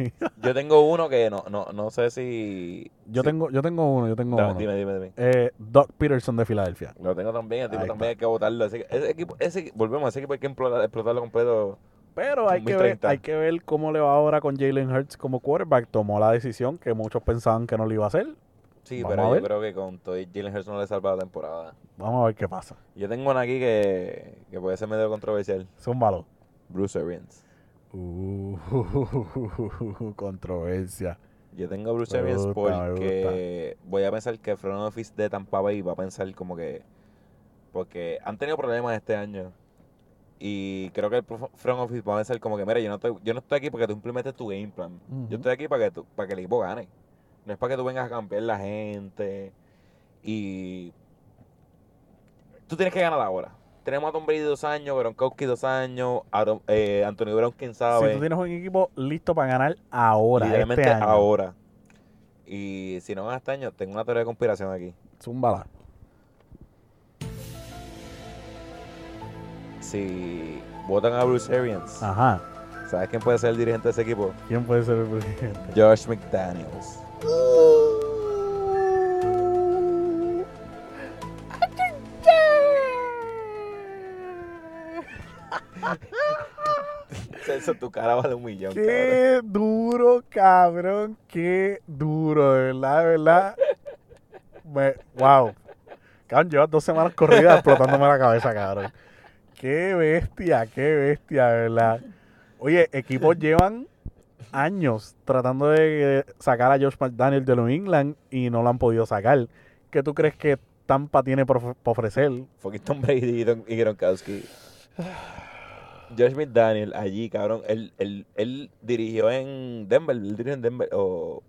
Yo tengo uno que no, no, no sé si... (laughs) Yo, si- tengo, yo tengo uno, yo tengo Da- uno. Dime, dime, dime. Eh, Doc Peterson de Filadelfia. Lo tengo también, el tipo Ahí también hay que votarlo. Ese, ese equipo, ese, volvemos, ese equipo hay que explotar- explotarlo completo Pero hay que, ver, 2030. hay que ver cómo le va ahora con Jalen Hurts como quarterback. Tomó la decisión que muchos pensaban que no lo iba a hacer. Sí, Vamos a pero ver. yo creo que con todo y Jalen Hurts no le salva la temporada. Vamos a ver qué pasa. Yo tengo una aquí que, que puede ser medio controversial. Son malos. Bruce Arians. Uh, (laughs) controversia. Yo tengo a Bruce Me Arians gusta, me porque voy a pensar que el front office de Tampa Bay va a pensar como que... Porque han tenido problemas este año. Y creo que el pro- front office va a pensar como que, mira, yo no, estoy, yo no estoy aquí para que tú implementes tu game plan. Ujú. Yo estoy aquí para que, tú- para que el equipo gane. No es para que tú vengas a cambiar la gente. Y tú tienes que ganar ahora. Tenemos a Tom Brady dos años, Gronkowski dos años, Aaron- eh, Antonio Brown quién Si sabe. tú tienes un equipo listo para ganar ahora, Literalmente este año. ahora. Y si no van este año, tengo una teoría de conspiración aquí. Zúmbala. Si votan a Bruce Arians, Ajá. ¿sabes quién puede ser el dirigente de ese equipo? ¿Quién puede ser el presidente? Josh McDaniels. Eso tu cara vale un millón, cabrón. Qué duro, cabrón. Qué duro, de verdad, de verdad. Me- wow. Cabrón, llevas dos semanas corridas explotándome la cabeza, cabrón. Qué bestia, qué bestia, de verdad. Oye, equipos llevan años tratando de sacar a Josh McDaniel de New England y no lo han podido sacar. ¿Qué tú crees que Tampa tiene por of- por ofrecer? Fucking Tom Brady y Don- y Gronkowski. Josh McDaniel allí, cabrón. Él, él, él dirigió en Denver. Él dirigió en Denver. O...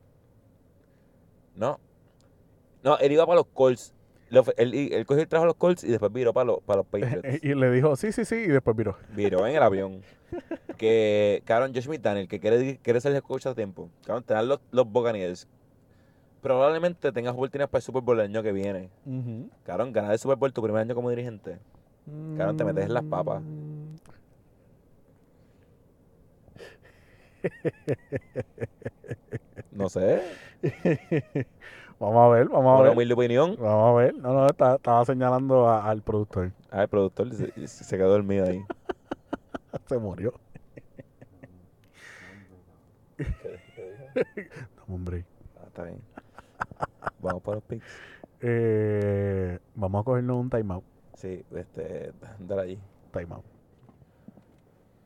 No. No, él iba para los Colts. Le ofre- Él, él cogió el trabajo a los Colts y después viró para los, para los Patriots. (laughs) Y le dijo, sí, sí, sí, y después viró. Viró en el avión. Que, cabrón, Josh McDaniel, que quiere, quiere ser el coach a tiempo. Cabrón, te dan los, los Buccaneers. Probablemente tengas oportunidades para el Super Bowl el año que viene. Cabrón, ganar el Super Bowl tu primer año como dirigente. Cabrón, te metes en las papas. No sé. (laughs) Vamos a ver, vamos a Una ver. humilde opinión. Vamos a ver. No, no, está- estaba señalando a- al productor. (laughs) Ah, el productor se, se quedó dormido ahí. Se murió. (laughs) No, hombre. Ah, está bien. Vamos para los picks. Eh, vamos a cogernos un timeout. Sí, este, andar allí. Timeout.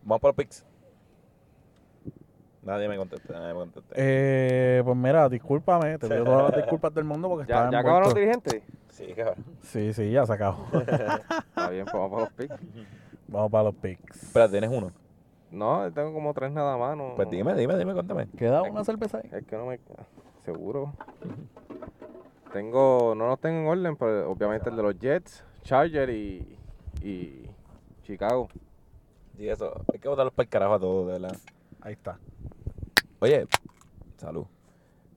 Vamos para los picks. Nadie me contesta, nadie me contesta. Eh, pues mira, discúlpame. Te pido todas las disculpas del mundo (laughs) porque Mm. ¿Ya, estaba ya acabaron los envuelto. dirigentes? Sí, cabrón. Sí, sí, ya (laughs) se acabó. Está bien, pues vamos a los picks. vamos para los picks. Espera, tienes uno. No, tengo como tres nada más. No, Pues dime, dime, dime, cuéntame. ¿Queda una cerveza ahí? Es que no me. Seguro. Tengo. No los tengo en orden, pero obviamente el de los Jets, Charger y. y Chicago. Y eso, hay que botarlos para el carajo a todos, de verdad. Ahí está. Oye, salud.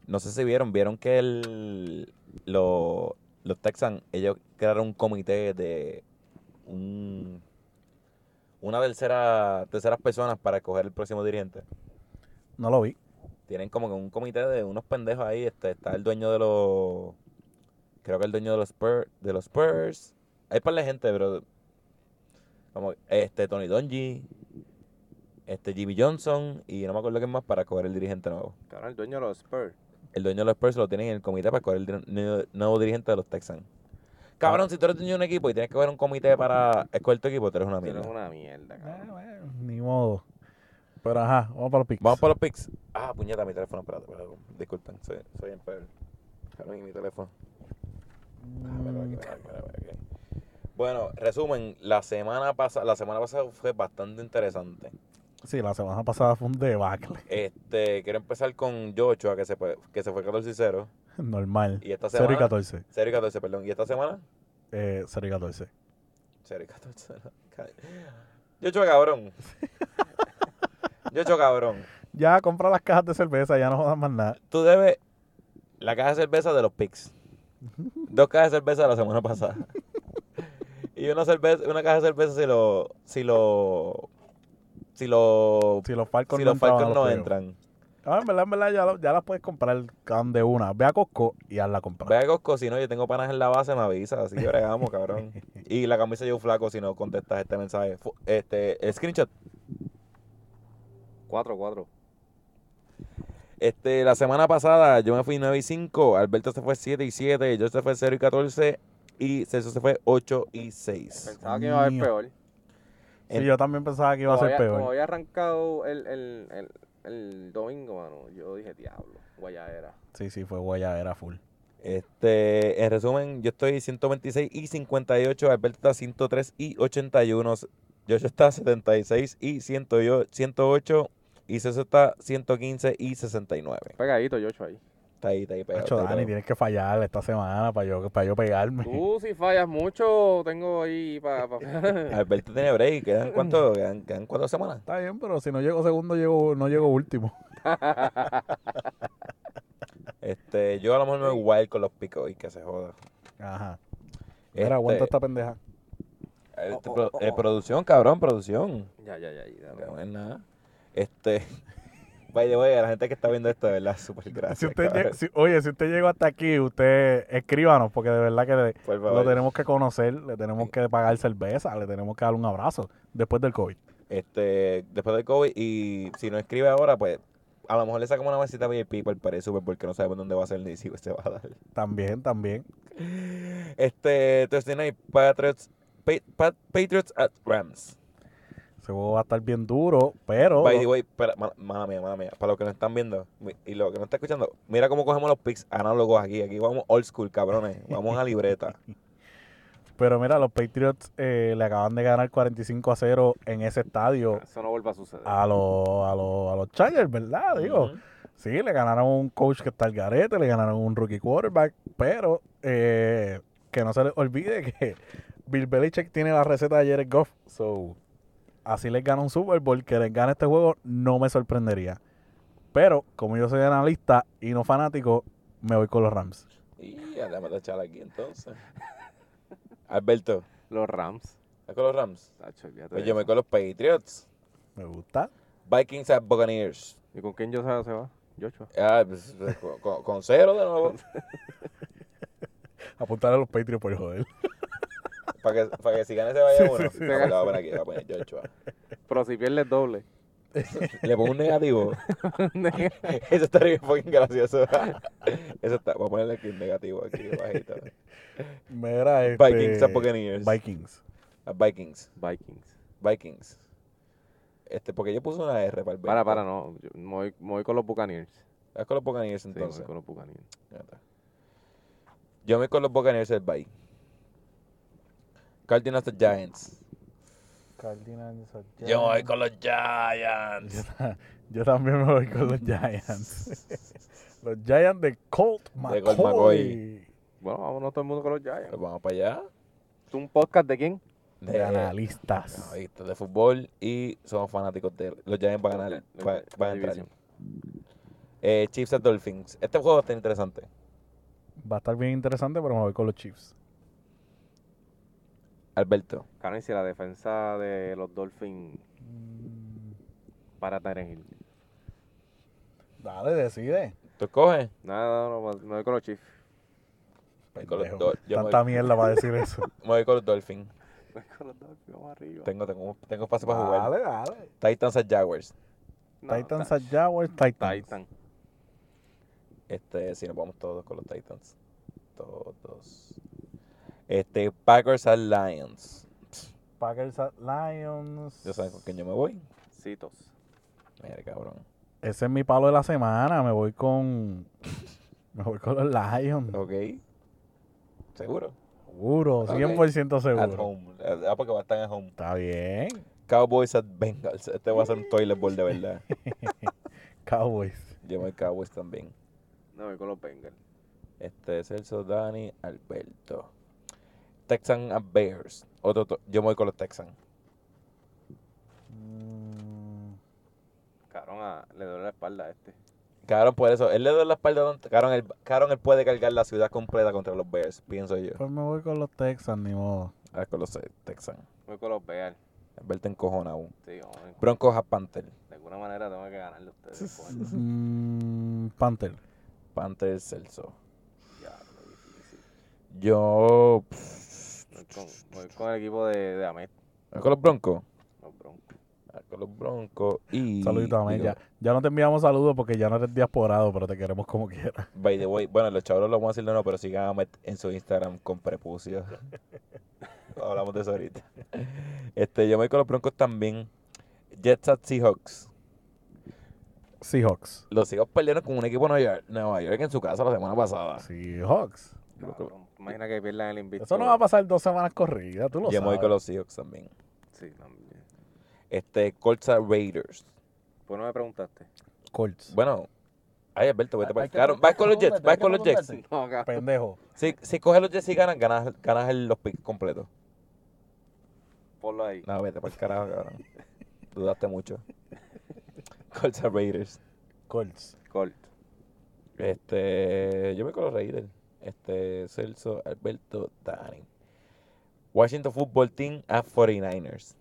No sé si vieron, vieron que el, lo- los Texans, ellos crearon un comité de un, una tercera, terceras personas para escoger el próximo dirigente. No lo vi. Tienen como que un comité de unos pendejos ahí. Este, está el dueño de los. Creo que el dueño de los Spurs. De los Spurs. Hay par de gente, pero. Como este, Tony Donji. Este, Jimmy Johnson. Y no me acuerdo quién más para escoger el dirigente nuevo Cabrón, el dueño de los Spurs. el dueño de los Spurs lo tienen en el comité para escoger el dir- nuevo, nuevo dirigente de los Texans. Cabrón, si tú eres dueño de un equipo y tienes que ver un comité para escoger tu equipo, tú eres una Eso es mierda. una mierda, Eh, cabrón. bueno, ni modo. Pero ajá, vamos para los picks. Vamos para los picks. Ah, puñeta, mi teléfono, espérate, espérate. Disculpen, soy, soy en peor. Cabrón, y mi teléfono. Ah, espera, Mm, espera, espera, espera, espera. Bueno, resumen, la semana pasada, la semana pasada fue bastante interesante. Sí, la semana pasada fue un debacle. (laughs) Este, quiero empezar con Joshua, que se fue, que se fue 14 y 0. Normal. Y esta 0 y semana. 14. 0 y 14, perdón. Y esta semana, Eh, 0 y 14. 0 y 14. Joshua, cabrón. Joshua, cabrón. Ya compra las cajas de cerveza, ya no jodas más nada. tú debes la caja de cerveza de los Pics. Dos cajas de cerveza de la semana pasada. Y una cerveza, una caja de cerveza si lo, si lo, si lo, Si los Falcons si no, los entraban a Falcons no playoffs. entran. Ah, en verdad, en verdad, ya, lo- ya las puedes comprar can de una. Ve a Costco y hazla comprar. Ve a Costco, si no, yo tengo panas en la base, me avisa, así que bregamos, cabrón. Y la camisa yo flaco si no contestas este mensaje. Fu- Este, el screenshot. Cuatro, cuatro. Este, la semana pasada yo me fui 9 y 5, Alberto se fue 7 y 7, yo se fue 0 y 14 y Celso se fue 8 y 6. Pensaba que iba a haber Mío. peor. Sí, yo también pensaba que iba a Como ser había- Como peor. había arrancado el, el, el, el domingo, mano, yo dije, diablo, guayadera. Sí, sí, fue guayadera full. Este, en resumen, yo estoy 126 y 58, Alberto está 103 y 81, Yocho está 76 y 108 y Celso está 115 y 69. Pegadito, Yocho, ahí. Está ahí, está ahí pegado, Hacho, está ahí Dani, pegado. tienes que fallar esta semana para yo, para yo pegarme. Uh. Tú, si fallas mucho, tengo ahí para... Alberto tiene break, Mm. ¿quedan cuánto? ¿Quedan, quedan cuatro semanas? Está bien, pero si no llego segundo, llego, no llego último. (laughs) Este, yo a lo mejor me voy wild con los picos y que se joda. Ajá. Mira, Era aguanta (laughs) esta pendeja. Este, Oh, oh, pro- oh, eh, oh. producción, cabrón, producción. (laughs) Ya, ya, ya. ya, ya. No es nada. Este. (laughs) By the way, a la gente que está viendo esto, de verdad, (laughs) súper gracias. Si usted cabrón. (laughs) llega- si- oye, si usted llegó hasta aquí, usted escríbanos, porque de verdad que le- Por favor. lo tenemos que conocer, le tenemos que pagar cerveza, le tenemos que dar un abrazo después del COVID. Este, después del COVID, y si no escribe ahora, pues a lo mejor le sacamos una mesita VIP para el Paris Super porque no sabemos dónde va a ser ni si se va a dar. También, también. Este, Thursday Night Patriots, Pa- Pa- Patriots at Rams. Se va a estar bien duro, pero By the way, espera, mala, mala mía, mala mía. Para los que nos están viendo mi- y los que nos están escuchando, mira cómo cogemos los pics análogos aquí. Aquí vamos old school, cabrones. Vamos a libreta. pero mira, los Patriots eh, le acaban de ganar 45 a 0 en ese estadio Eso no vuelva a suceder. a los a los a los Chargers, ¿verdad? (laughs) Digo, Ujú. Sí, le ganaron un coach que está al garete, le ganaron un rookie quarterback, pero eh, que no se les olvide que Bill Belichick tiene la receta de Jared Goff. So, así les gana un Super Bowl, que les gane este juego no me sorprendería. Pero, como yo soy analista y no fanático, me voy con los Rams. Y además de echar aquí entonces. (laughs) Alberto, Los Rams. ¿estás con los Rams? Tacho, olvídate Pues de yo me voy eso. con los Patriots. Me gusta. Vikings at Buccaneers. ¿Y con quién yo se se va? Yocho. (laughs) Ah, pues, eh, con- con, con cero de nuevo. Apuntar a los Patriots por joder. Para que, para que si gana se vaya uno. (laughs) sí, sí. Ah, pues, la voy a poner aquí, la voy a poner yo, chua. Pero si pierdes doble. Le pongo un negativo. (laughs) Eso está bien fucking gracioso. (laughs) Eso está. Voy a ponerle aquí un negativo aquí bajito. Mira, este, Vikings at Buccaneers. Vikings. At Vikings. Vikings. Vikings. Este, porque yo puse una R para el Para, Beto. para, no. Yo me, voy, me voy con los Buccaneers. Haz con los Buccaneers Sí, me voy entonces. con los Buccaneers. Ya está. Yo me voy con los Buccaneers del Bay. Cardinals at Giants. Yo me voy con los Giants. Yo también me voy con los (laughs) Giants. los Giants de Colt McCoy. De Colt McCoy. Bueno, vámonos todo el mundo con los Giants. Pues vamos para allá. ¿Tú un podcast de quién? De, De- analistas. Analistas de fútbol y somos fanáticos de los Giants van a ganar. De- va- de- van a de entrar. división. Eh, Chiefs at Dolphins. Este juego está interesante. Va a estar bien interesante, pero me voy con los Chiefs. Alberto. Canes y la defensa de los Dolphins Mm, para Taren Hill. Dale, decide. ¿Tú escoges? Nada, no, no, me voy con los (laughs) Chiefs. Voy con los Pendejo. Dol- yo me Tanta mierda para decir (laughs) eso. Me voy con los Dolphins. Me voy con los Dolphins, vamos arriba. Tengo, tengo, tengo espacio para jugar. dale, dale. Titans at Jaguars. No, Titans ta- at Jaguars, Titans. Titan. Este, si nos vamos todos con los Titans. Todos. Este, Packers at Lions. Packers at Lions. Ya saben con quién yo me voy. Citos. Mira, cabrón. Ese es mi palo de la semana. Me voy con. Me voy con los Lions. Ok. Seguro. Seguro, 100% At seguro. home. Ah, porque va a estar en home. Está bien. Cowboys at Bengals. Este va a ser un toilet bowl de verdad. Cowboys. Yo me voy Cowboys también. No, me voy con los Bengals. Este es Celso, Dani, Alberto. Texan at Bears. Otro to- yo me voy con los Texans. Mm, Cabrón, a- le duele la espalda a este. Cabrón, por eso. Él le da la espalda. a Don- Cabrón, él, cabrón, él puede cargar la ciudad completa contra los Bears, pienso yo. Pues me voy con los Texans, ni (laughs) modo. Ah, con los Texans. Me voy con los Bears. Alberto encojona aún. Sí, hombre, Broncos a Panther. de alguna manera tengo que ganarle a (laughs) ustedes. coño. Mm, Panther. Panther Celso. Diablo, difícil. Yo. pff, Voy con, voy con el equipo de, de Amet, ¿Con los Broncos? los Broncos. Ah, con los broncos. Y, Saludito a Mel, digo, Ya, ya no te enviamos saludos porque ya no eres diasporado, pero te queremos como quieras. By the way, bueno, los chavos lo vamos a decir de no, pero sigan a Met en su Instagram con prepucio. Hablamos de eso ahorita. Este, yo me voy con los broncos también. Jets at Seahawks. Seahawks. Los Seahawks perdieron con un equipo de Nueva York, Nueva York en su casa la semana pasada. Seahawks. Cabrón, Imagina que pierdan el invicto. Eso no va a pasar dos semanas corridas, tú lo Yo me voy sabes. con los Seahawks también. Sí, también. Este, Colts at Raiders. Pues no me preguntaste. Colts. Bueno, ay Alberto, vete Hay para el que carro. Vas con los preguntarte, Jets, hay vas que con los Jets. preguntarte. No, cabrón. Pendejo. Si, si coges los Jets y ganas, ganas, ganas el- los picks completos. Ponlo ahí. No, vete para el carajo, cabrón. Dudaste mucho. (laughs) Colts at Raiders. Colts. Colt. Este, yo me con los Raiders. Este, Celso, Alberto, Dani. Washington Football Team at 49ers.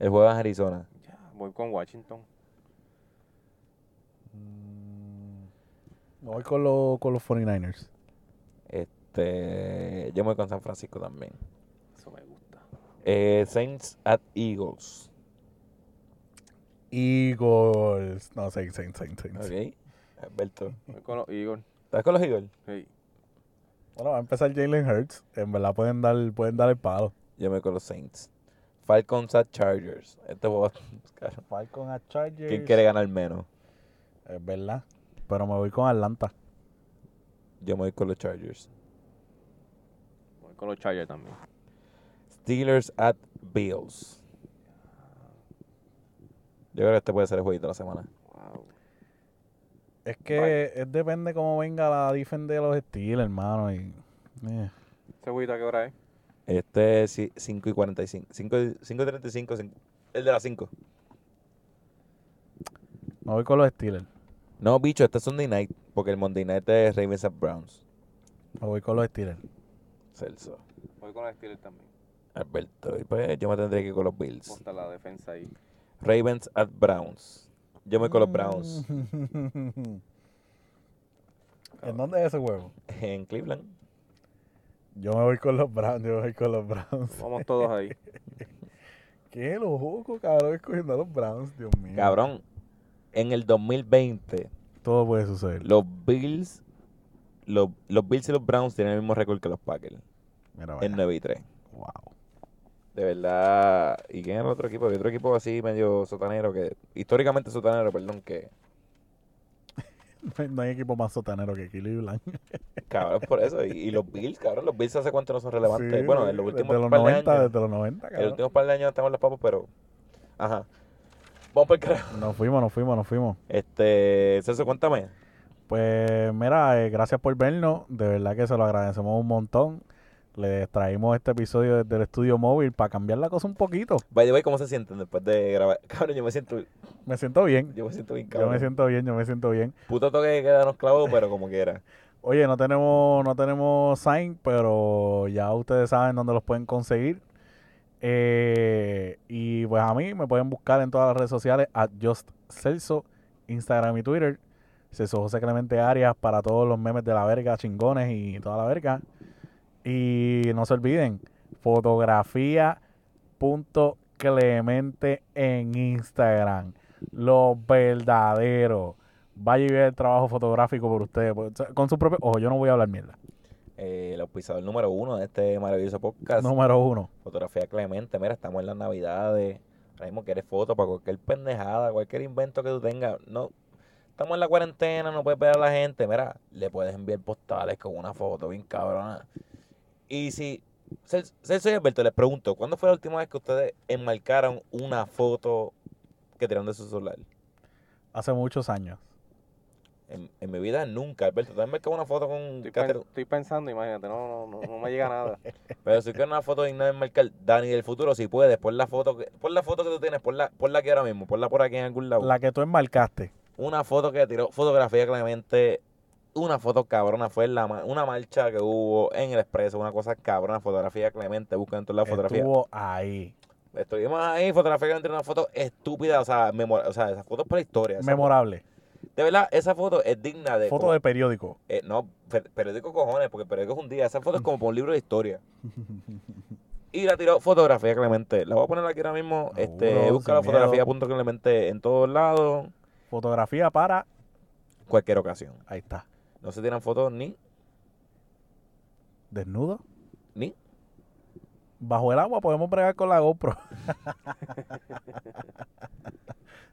El juego en Arizona. Ya, voy con Washington. Mm, Me voy con, los- con los 49ers. Este, yo me voy con San Francisco también. Eso me gusta. Eh, Saints at Eagles. Eagles. No, Saints, Saints, Saints. Saints. Ok. Alberto. Voy con los Eagles. ¿Estás con los Eagles? Sí. Bueno, va a empezar Jalen Hurts. En verdad pueden dar, pueden dar el palo. Yo me voy con los Saints. Falcons at Chargers. Este juego, claro, Falcon a Chargers. ¿Quién quiere ganar menos? Es verdad. Pero me voy con Atlanta. Yo me voy con los Chargers. Voy con los Chargers también. Steelers at Bills. Yo creo que este puede ser el jueguito de la semana. Wow. Es que es, depende cómo venga la defensa de los Steelers, hermano. Y, eh. ¿Ese juguito a qué hora es? Este es 5 y 45. 5 y 35. El de las 5. Me voy con los Steelers. No, bicho, este es Sunday night. Porque el Monday night es Ravens at Browns. Me voy con los Steelers. Celso. Voy con los Steelers también. Alberto. Y pues yo me tendré que ir con los Bills. Monta la defensa ahí. Ravens at Browns. Yo me voy con Mm. los Browns. (laughs) (laughs) ¿En dónde es ese huevo? En Cleveland. Yo me voy con los Browns, yo me voy con los (laughs) Browns. Vamos todos (laughs) ahí. Qué loco, cabrón, escogiendo a los Browns, Dios mío. Cabrón. En el 2020, Todo puede suceder. los Bills. Los, los Bills y los Browns tienen el mismo récord que los Packers. Mira, vaya. En 9 y 3. Wow. (laughs) De verdad. ¿Y quién es el otro equipo? Había otro equipo así medio sotanero que. Históricamente sotanero, perdón, que. No hay- No hay equipo más sotanero que Cleveland. Cabrón, por eso. Y, y los Bills, cabrón, los Bills hace cuánto no son relevantes. Sí, bueno, en los últimos desde los par de 90, años. desde los 90, En los cabrón. últimos par de años estamos en los papos, pero. Ajá. Vamos por el carajo. Nos fuimos, nos fuimos, nos fuimos. Este. Celso, cuéntame. Pues mira, eh, gracias por vernos. De verdad que se lo agradecemos un montón. Les traímos este episodio desde el estudio móvil para cambiar la cosa un poquito. By the way, ¿cómo se sienten después de grabar? (laughs) Cabrón, yo me siento. Me siento bien. Yo me siento bien Yo cabrón. me siento bien, yo me siento bien. Puto toque que quedarnos clavos, pero como quiera. Oye, no tenemos, no tenemos sign, pero ya ustedes saben dónde los pueden conseguir. Eh, y pues a mí me pueden buscar en todas las redes sociales at Just Celso, Instagram y Twitter. Celso José Clemente Arias para todos los memes de la verga, chingones y toda la verga. Y no se olviden, fotografía.clemente en Instagram. Lo verdadero. Vaya y vea el trabajo fotográfico por ustedes. por- o sea, Con su propio ojo, yo no voy a hablar mierda. Eh, el auspiciador número uno de este maravilloso podcast. Número uno. Fotografía Clemente, mira, estamos en las navidades. Ahora mismo quieres fotos para cualquier pendejada, cualquier invento que tú tengas. No, estamos en la cuarentena, no puedes ver a la gente. Mira, le puedes enviar postales con una foto bien cabrona. Y si, Cel- Celso y Alberto, les pregunto, ¿cuándo fue la última vez que ustedes enmarcaron una foto que tiraron de su celular? Hace muchos años. En, en mi vida nunca, Alberto. Tú has enmarcado una foto con... Estoy, Catherine- pen- estoy pensando, imagínate. No, no, no, no me llega nada. Pero si quieres una foto digna de marcar, Dani del futuro, si puedes, pon la foto que, pon la foto que tú tienes, ponla, ponla aquí ahora mismo, ponla por aquí en algún lado. La que tú enmarcaste. Una foto que tiró, fotografía claramente, una foto cabrona, fue la, ma- una marcha que hubo en el expreso, una cosa cabrona, fotografía Clemente, busca dentro de la fotografía. Estuvo ahí. Estuvimos ahí, fotografía Clemente, una foto estúpida, o sea, memora- o sea, esa foto es para la historia. esa Memorable. foto- De verdad, esa foto es digna de... Foto como- (laughs) de periódico. eh, no, per- periódico cojones, porque el periódico es un día, esa foto es como para un libro de historia. Y la tiró fotografía Clemente. La voy a poner aquí ahora mismo. Seguro, Este, busca la sin miedo. fotografía punto Clemente en todos lados, Fotografía para. cualquier ocasión. Ahí está. No se tiran fotos ni, Desnudo. ni. Bajo el agua podemos bregar con (laughs) la GoPro.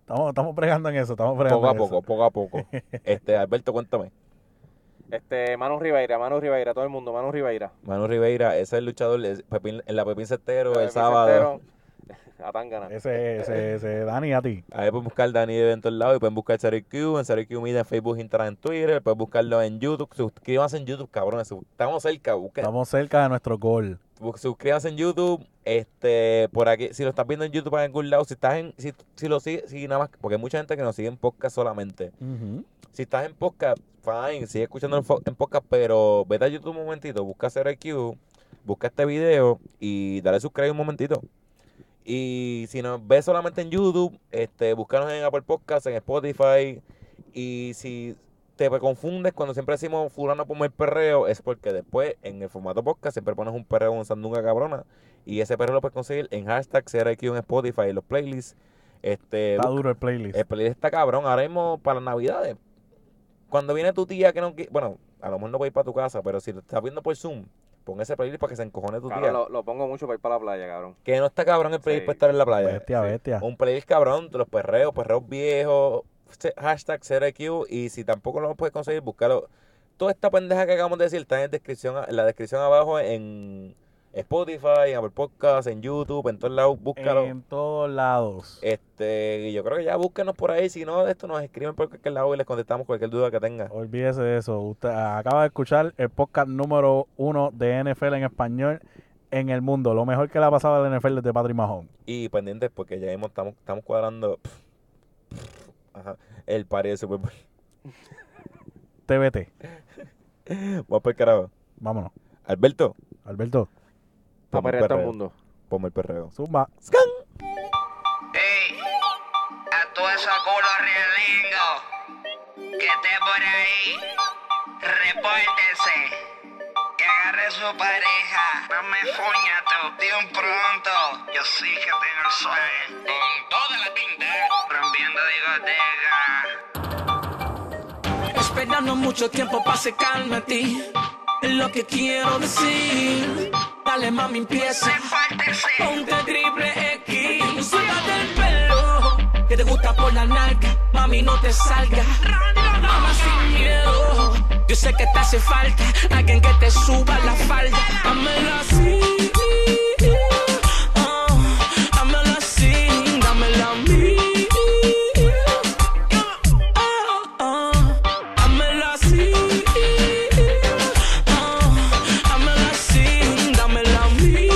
estamos, estamos bregando en eso. Estamos bregando Poco a en poco, eso. poco a (laughs) poco. Este, Alberto, cuéntame. Este, Manu Ribeira, Manu Ribeira, todo el mundo, Manu Ribeira. Manu Ribeira, ese es el luchador, es Pepín- en la Pepín Cestero el Vicentero, sábado. (laughs) A Tangana. Ese, ese, ese, Dani, (laughs) a ti. Ahí pueden buscar Dani de en todos lados y pueden buscar Serie Q, en Serie Q Media en Facebook, Instagram, en Twitter, pueden buscarlo en YouTube, suscríbanse en YouTube, cabrones, su- estamos cerca, busquen, Estamos cerca de nuestro gol. Bu- suscríbanse en YouTube, este, por aquí, si lo estás viendo en YouTube en algún lado, si estás en, si, si lo sigues, si nada más, porque hay mucha gente que nos sigue en podcast solamente, si estás en podcast, fine, sigue escuchando en, fo- en podcast, pero vete a YouTube un momentito, busca Serie Q, busca este video y dale subscribe un momentito. Y si nos ves solamente en YouTube, este, búscanos en Apple Podcasts, en Spotify. Y si te confundes cuando siempre decimos fulano ponme el perreo, es porque después en el formato podcast siempre pones un perreo, un sandunga cabrona. Y ese perreo lo puedes conseguir en hashtag CRQ en Spotify, en los playlists. Este, Está busca- duro el playlist. el playlist está cabrón. Ahora mismo para las navidades. Cuando viene tu tía que no qui- Bueno, a lo mejor no puede ir para tu casa, pero si lo estás viendo por Zoom, pon ese playlist para que se encojone tu Cabrón, tía. lo, lo pongo mucho para ir para la playa, cabrón. Que no está cabrón el playlist Sí. para estar en la playa. bestia, sí. bestia. Un playlist cabrón, de los perreos, perreos viejos, se- hashtag CRQ. Y si tampoco lo puedes conseguir, búscalo. Toda esta pendeja que acabamos de decir está en, descripción, a- en la descripción abajo en Spotify, en Apple Podcasts, en YouTube, en todos lados, búscalo. En todos lados. Este, y yo creo que ya búsquenos por ahí. Si no, esto nos escriben por cualquier lado y les contestamos cualquier duda que tengan. Olvídese de eso. Usted ah, acaba de escuchar el podcast número uno de NFL en español en el mundo. Lo mejor que le ha pasado al NFL desde Patrick Mahón. Y pendientes porque ya mismo estamos, estamos cuadrando ajá, el par de (laughs) Super Bowl. TBT. Vamos por el carajo. Vámonos. Alberto, Alberto, Para Ponme el perrear todo el perreo. mundo. ponme el perreo. zumba. Ey, a todos esos culos realengos que estén por ahí, repórtense. Que agarre su pareja. No me fuña tú, de un pronto. Yo sí que tengo el sueño. Con toda la pinta. Rompiendo discoteca. Esperando mucho tiempo para secarme a ti. Es lo que quiero decir. Dale, mami, empieza. Repórtense. Ponte triple X. Suéltate el pelo. Que te gusta por la narca. Mami, no te salga. Mama, sin miedo. Yo sé que te hace falta alguien que te suba la falda. Dámela así. ah, dámela así. Dámela a mí. Ah, ah, dámela así. ah, dámela así. Dámela a mí.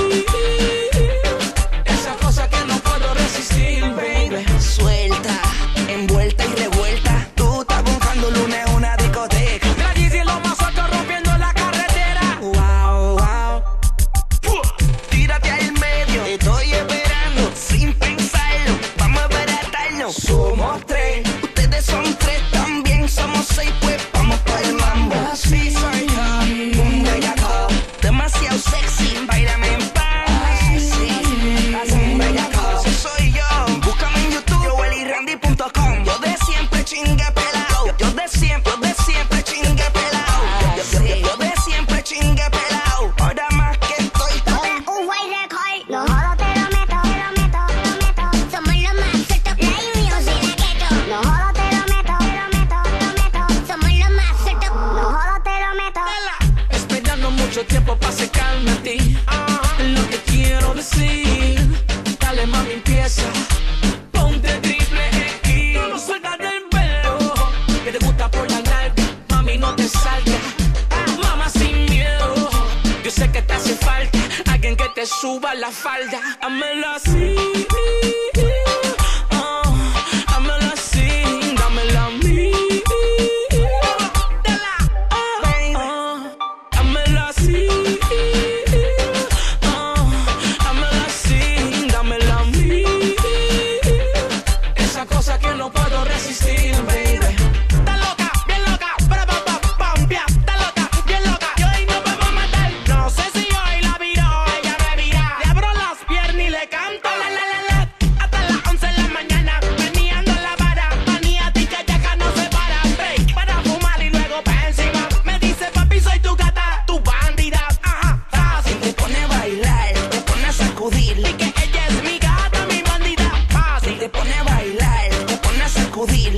Esa cosa que no puedo resistir, baby. Suelta, envuelta y revuelta. Tú estás buscando lunes una discoteca. La Yeezy lo más alto rompiendo la carretera. Wow, wow. Fuh, Tírate al medio. Te Estoy esperando sin pensarlo. Vamos a baratarnos. Somos tres. Ustedes son tres también. Somos seis, pues vamos para el mambo. Así soy yo. Un bellaco. Demasiado sexy. Báilame en paz. Sí, un bellaco. Ese soy yo. Búscame en YouTube. YoEliRandy.com. Yo de siempre chingue pelao. Yo de siempre, yo de siempre chingue pelao. Yo- yo- yo- yo de siempre chingue pelao. Ahora más que estoy con. un guay de alcohol. No jodo, te lo meto, te lo meto, te lo meto. Somos los más sueltos, la unión y la keto. No jodo, te lo meto, te lo meto, te lo meto. Somos los más sueltos, no jodo, te lo meto. Esperando mucho tiempo para secarme a ti. Ah, Lo que quiero decir. Dale, mami, empieza. Ponte triple X. Suelta del pelo. Que te gusta por la nalga. Mami, no te salga. Mamá, sin miedo. Yo sé que te hace falta alguien que te suba la falda. Dámela así. ah, dámela así. Dámela a mí. Ah, ah, Dámela así. Ah, dámela así, dámela a mí. Esa cosa que no puedo resistir, baby. Está loca, bien loca, para pa pa pampia. Está loca, bien loca, y hoy no vamos a matar. No sé si hoy la viró, ella me virá. Le abro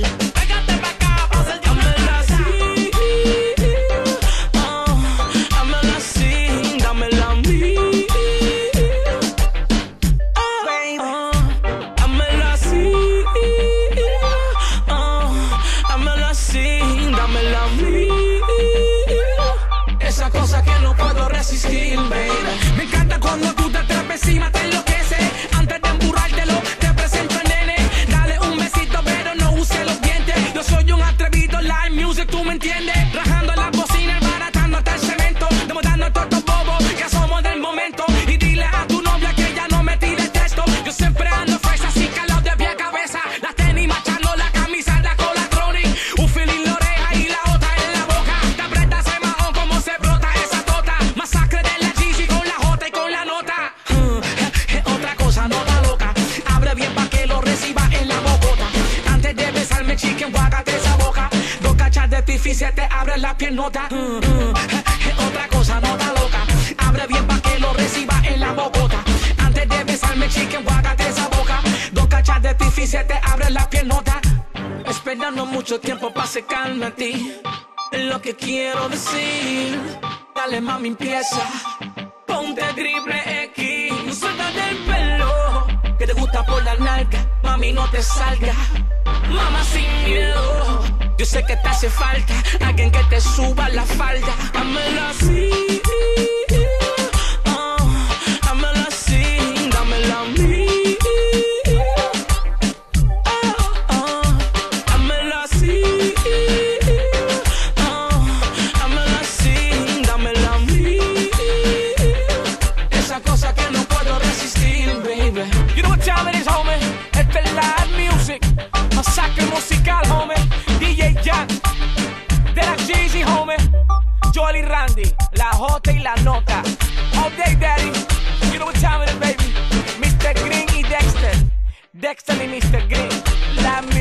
Oh, Oh. Ah, ah, cosa que no puedo resistir, baby. Me encanta cuando tú te atrapes encima, te enloquece. Antes de emburrártelo, te presento al nene. Dale un besito, pero no use los dientes. Yo soy un atrevido, live music, tú me entiendes. Rajando la bocina, baratando hasta el cemento. Demostrando a todos estos bobos que somos del momento. Y dile a tu novia que ya no me tire el texto. Yo siempre ando fresh, así calado de pie a cabeza. Las tenis machando la camisa, la cola cronic. Un feeling en la oreja y la otra en la boca. Te apretas el mahón como se brota esa tota. Masacre de la Gigi con la J y con la nota. (laughs) Uh, eh, eh, Otra cosa, nota loca. Abre bien pa' que lo reciba en la bocota. Antes de besarme, chiquen, guácate esa boca. Dos cachas de pifi se te abren las piernotas. Uh, uh, eh, eh, Otra cosa, nota loca. Abre bien pa' que lo reciba en la bocota. Antes de besarme, chiquen, guácate esa boca. Dos cachas de pifi se te abren las piernotas. Esperando mucho tiempo para secarme a ti. Lo que quiero decir, dale mami empieza. Ponte triple X, no sueltas del pelo. Que te gusta por la nalga, mami no te salga. Mamá sin miedo, yo sé que te hace falta alguien que te suba la falda. Hámela así. ah, hámela así, dámela a mí. Ah, ah, Dámela así, ah, dámela así, dámela a mí. Esa cosa que no puedo resistir, baby. You know what time it is, homie. Esta es live music, masacre musical, homie. DJ Jack, de la Jeezy, homie. Joel y Randy, la J y la Nota. All day, daddy. You know what time it is, baby. Mr. Green y Dexter. Dexter y Mr. Green. La Oh,